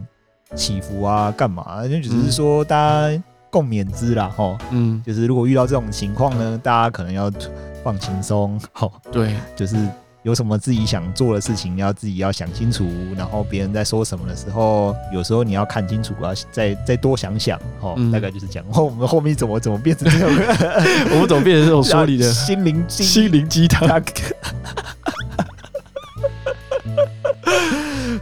Speaker 1: 起伏啊，干嘛？就只是说大家共勉之啦，吼，
Speaker 2: 嗯，
Speaker 1: 就是如果遇到这种情况呢，大家可能要放轻松，吼，
Speaker 2: 对， *laughs*
Speaker 1: 就是有什么自己想做的事情，要自己要想清楚，然后别人在说什么的时候，有时候你要看清楚啊，再再多想想，吼，
Speaker 2: 嗯
Speaker 1: 大概就是这样。后我们后面怎么怎么变成这种
Speaker 2: 我们怎么变成这种说理的
Speaker 1: 心灵鸡
Speaker 2: 心灵鸡汤？
Speaker 1: 大 *laughs*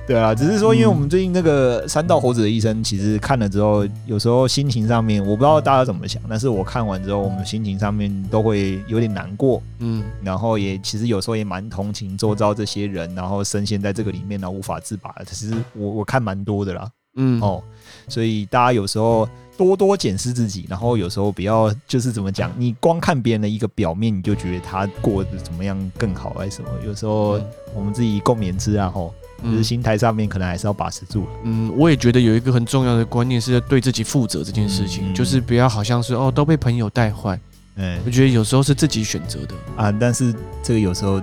Speaker 1: 对啊，只是说，因为我们最近那个《三道猴子的一生》，其实看了之后，有时候心情上面，我不知道大家怎么想，但是我看完之后，我们心情上面都会有点难过，
Speaker 2: 嗯，
Speaker 1: 然后也其实有时候也蛮同情周遭这些人，然后深陷在这个里面，然后无法自拔的。其实我我看蛮多的啦，
Speaker 2: 嗯，
Speaker 1: *laughs* 哦，
Speaker 2: 哦，
Speaker 1: 所以大家有时候多多检视自己，然后有时候不要就是怎么讲，你光看别人的一个表面，你就觉得他过得怎么样更好还是什么。有时候
Speaker 2: 嗯
Speaker 1: 我们自己共勉之啊，吼，就是心态上面可能还是要把持住了。
Speaker 2: 嗯，我也觉得有一个很重要的观念是要对自己负责这件事情，
Speaker 1: 嗯
Speaker 2: 就是不要好像是哦都被朋友带坏，
Speaker 1: 嗯
Speaker 2: 我觉得有时候是自己选择的。
Speaker 1: 啊，但是这个有时候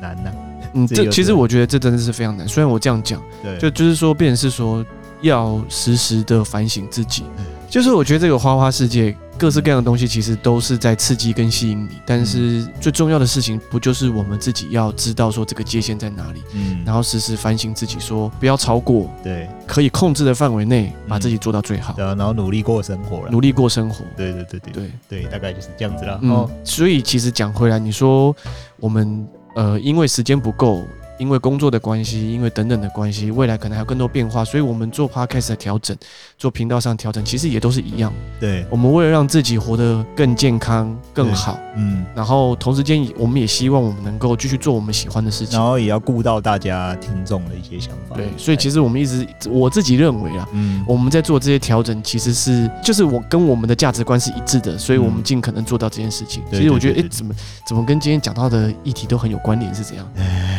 Speaker 1: 难啊呐、
Speaker 2: 嗯，
Speaker 1: 自己
Speaker 2: 这
Speaker 1: 有
Speaker 2: 其实
Speaker 1: 责任
Speaker 2: 我觉得这真的是非常难。虽然我这样讲，
Speaker 1: 对，
Speaker 2: 就就是说，变成是说要时时的反省自己。
Speaker 1: 嗯
Speaker 2: 就是我觉得这个花花世界各式各样的东西，其实都是在刺激跟吸引你。但是
Speaker 1: 嗯
Speaker 2: 最重要的事情，不就是我们自己要知道说这个界限在哪里，
Speaker 1: 嗯，
Speaker 2: 然后时时反省自己，说不要超过
Speaker 1: 对，
Speaker 2: 可以控制的范围内，把自己做到最好，
Speaker 1: 对啊然后努力过生活了。
Speaker 2: 努力过生活。
Speaker 1: 对对对对
Speaker 2: 对，
Speaker 1: 对，大概就是这样子啦。
Speaker 2: 嗯
Speaker 1: 哦，，
Speaker 2: 所以其实讲回来，你说我们呃，因为时间不够，因为工作的关系，因为等等的关系，未来可能还有更多变化，所以我们做 podcast 的调整，做频道上调整，其实也都是一样。
Speaker 1: 对，
Speaker 2: 我们为了让自己活得更健康、更
Speaker 1: 对
Speaker 2: 好，
Speaker 1: 嗯，
Speaker 2: 然后同时间也，我们也希望我们能够继续做我们喜欢的事情
Speaker 1: 然。后也要顾到大家听众的一些想法。
Speaker 2: 对，所以其实我们一直我自己认为啊，
Speaker 1: 嗯，
Speaker 2: 我们在做这些调整，其实是就是我跟我们的价值观是一致的，所以我们
Speaker 1: 嗯
Speaker 2: 尽可能做到这件事情。
Speaker 1: 对
Speaker 2: 其实我
Speaker 1: 对
Speaker 2: 觉得，
Speaker 1: 对
Speaker 2: 哎、
Speaker 1: 对
Speaker 2: 怎么怎么跟今天讲到的议题都很有关联，是怎样？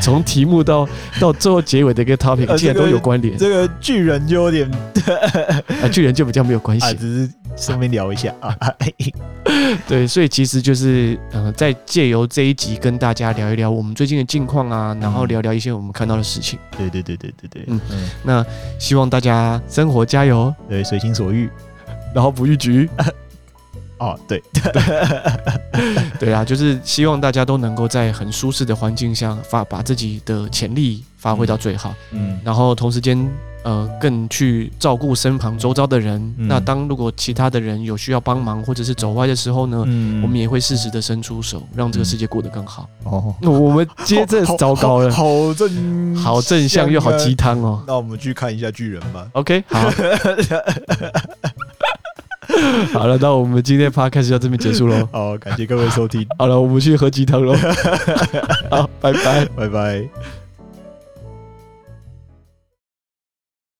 Speaker 2: 从题目到 *laughs* 到最后结尾的一个 topic，
Speaker 1: 呃
Speaker 2: 竟
Speaker 1: 这
Speaker 2: 然都
Speaker 1: 个
Speaker 2: 有关联，
Speaker 1: 这个巨人就有点
Speaker 2: 啊，巨人就比较没有关
Speaker 1: 啊，
Speaker 2: 系。
Speaker 1: 只是顺便聊一下 *laughs* 啊。
Speaker 2: 对，所以其实就是呃，在借由这一集跟大家聊一聊我们最近的近况啊，然后
Speaker 1: 嗯
Speaker 2: 聊聊一些我们看到的事情。
Speaker 1: 对对对对对对，
Speaker 2: 嗯
Speaker 1: 嗯，
Speaker 2: 那希望大家生活加油，
Speaker 1: 对，随心所欲。
Speaker 2: 然后不逾矩。
Speaker 1: 哦，对，
Speaker 2: *laughs* 对啊，就是希望大家都能够在很舒适的环境下发把自己的潜力发挥到最好，
Speaker 1: 嗯，
Speaker 2: 然后同时间呃更去照顾身旁周遭的人。
Speaker 1: 嗯
Speaker 2: 那当如果其他的人有需要帮忙或者是走歪的时候呢，
Speaker 1: 嗯
Speaker 2: 我们也会适时的伸出手，让这个世界过得更好。
Speaker 1: 哦，
Speaker 2: 那我们接着
Speaker 1: 好
Speaker 2: 糟糕了，
Speaker 1: 好好正
Speaker 2: 好正向又好
Speaker 1: 啊
Speaker 2: 鸡汤哦。
Speaker 1: 那我们去看一下巨人吧。
Speaker 2: OK，好。
Speaker 1: *laughs*
Speaker 2: 好了，那我们今天 p 开始到这边结束喽。
Speaker 1: 好，感谢各位收听，
Speaker 2: *laughs* 好了，我们去喝鸡汤喽。好，拜拜。
Speaker 1: 拜拜。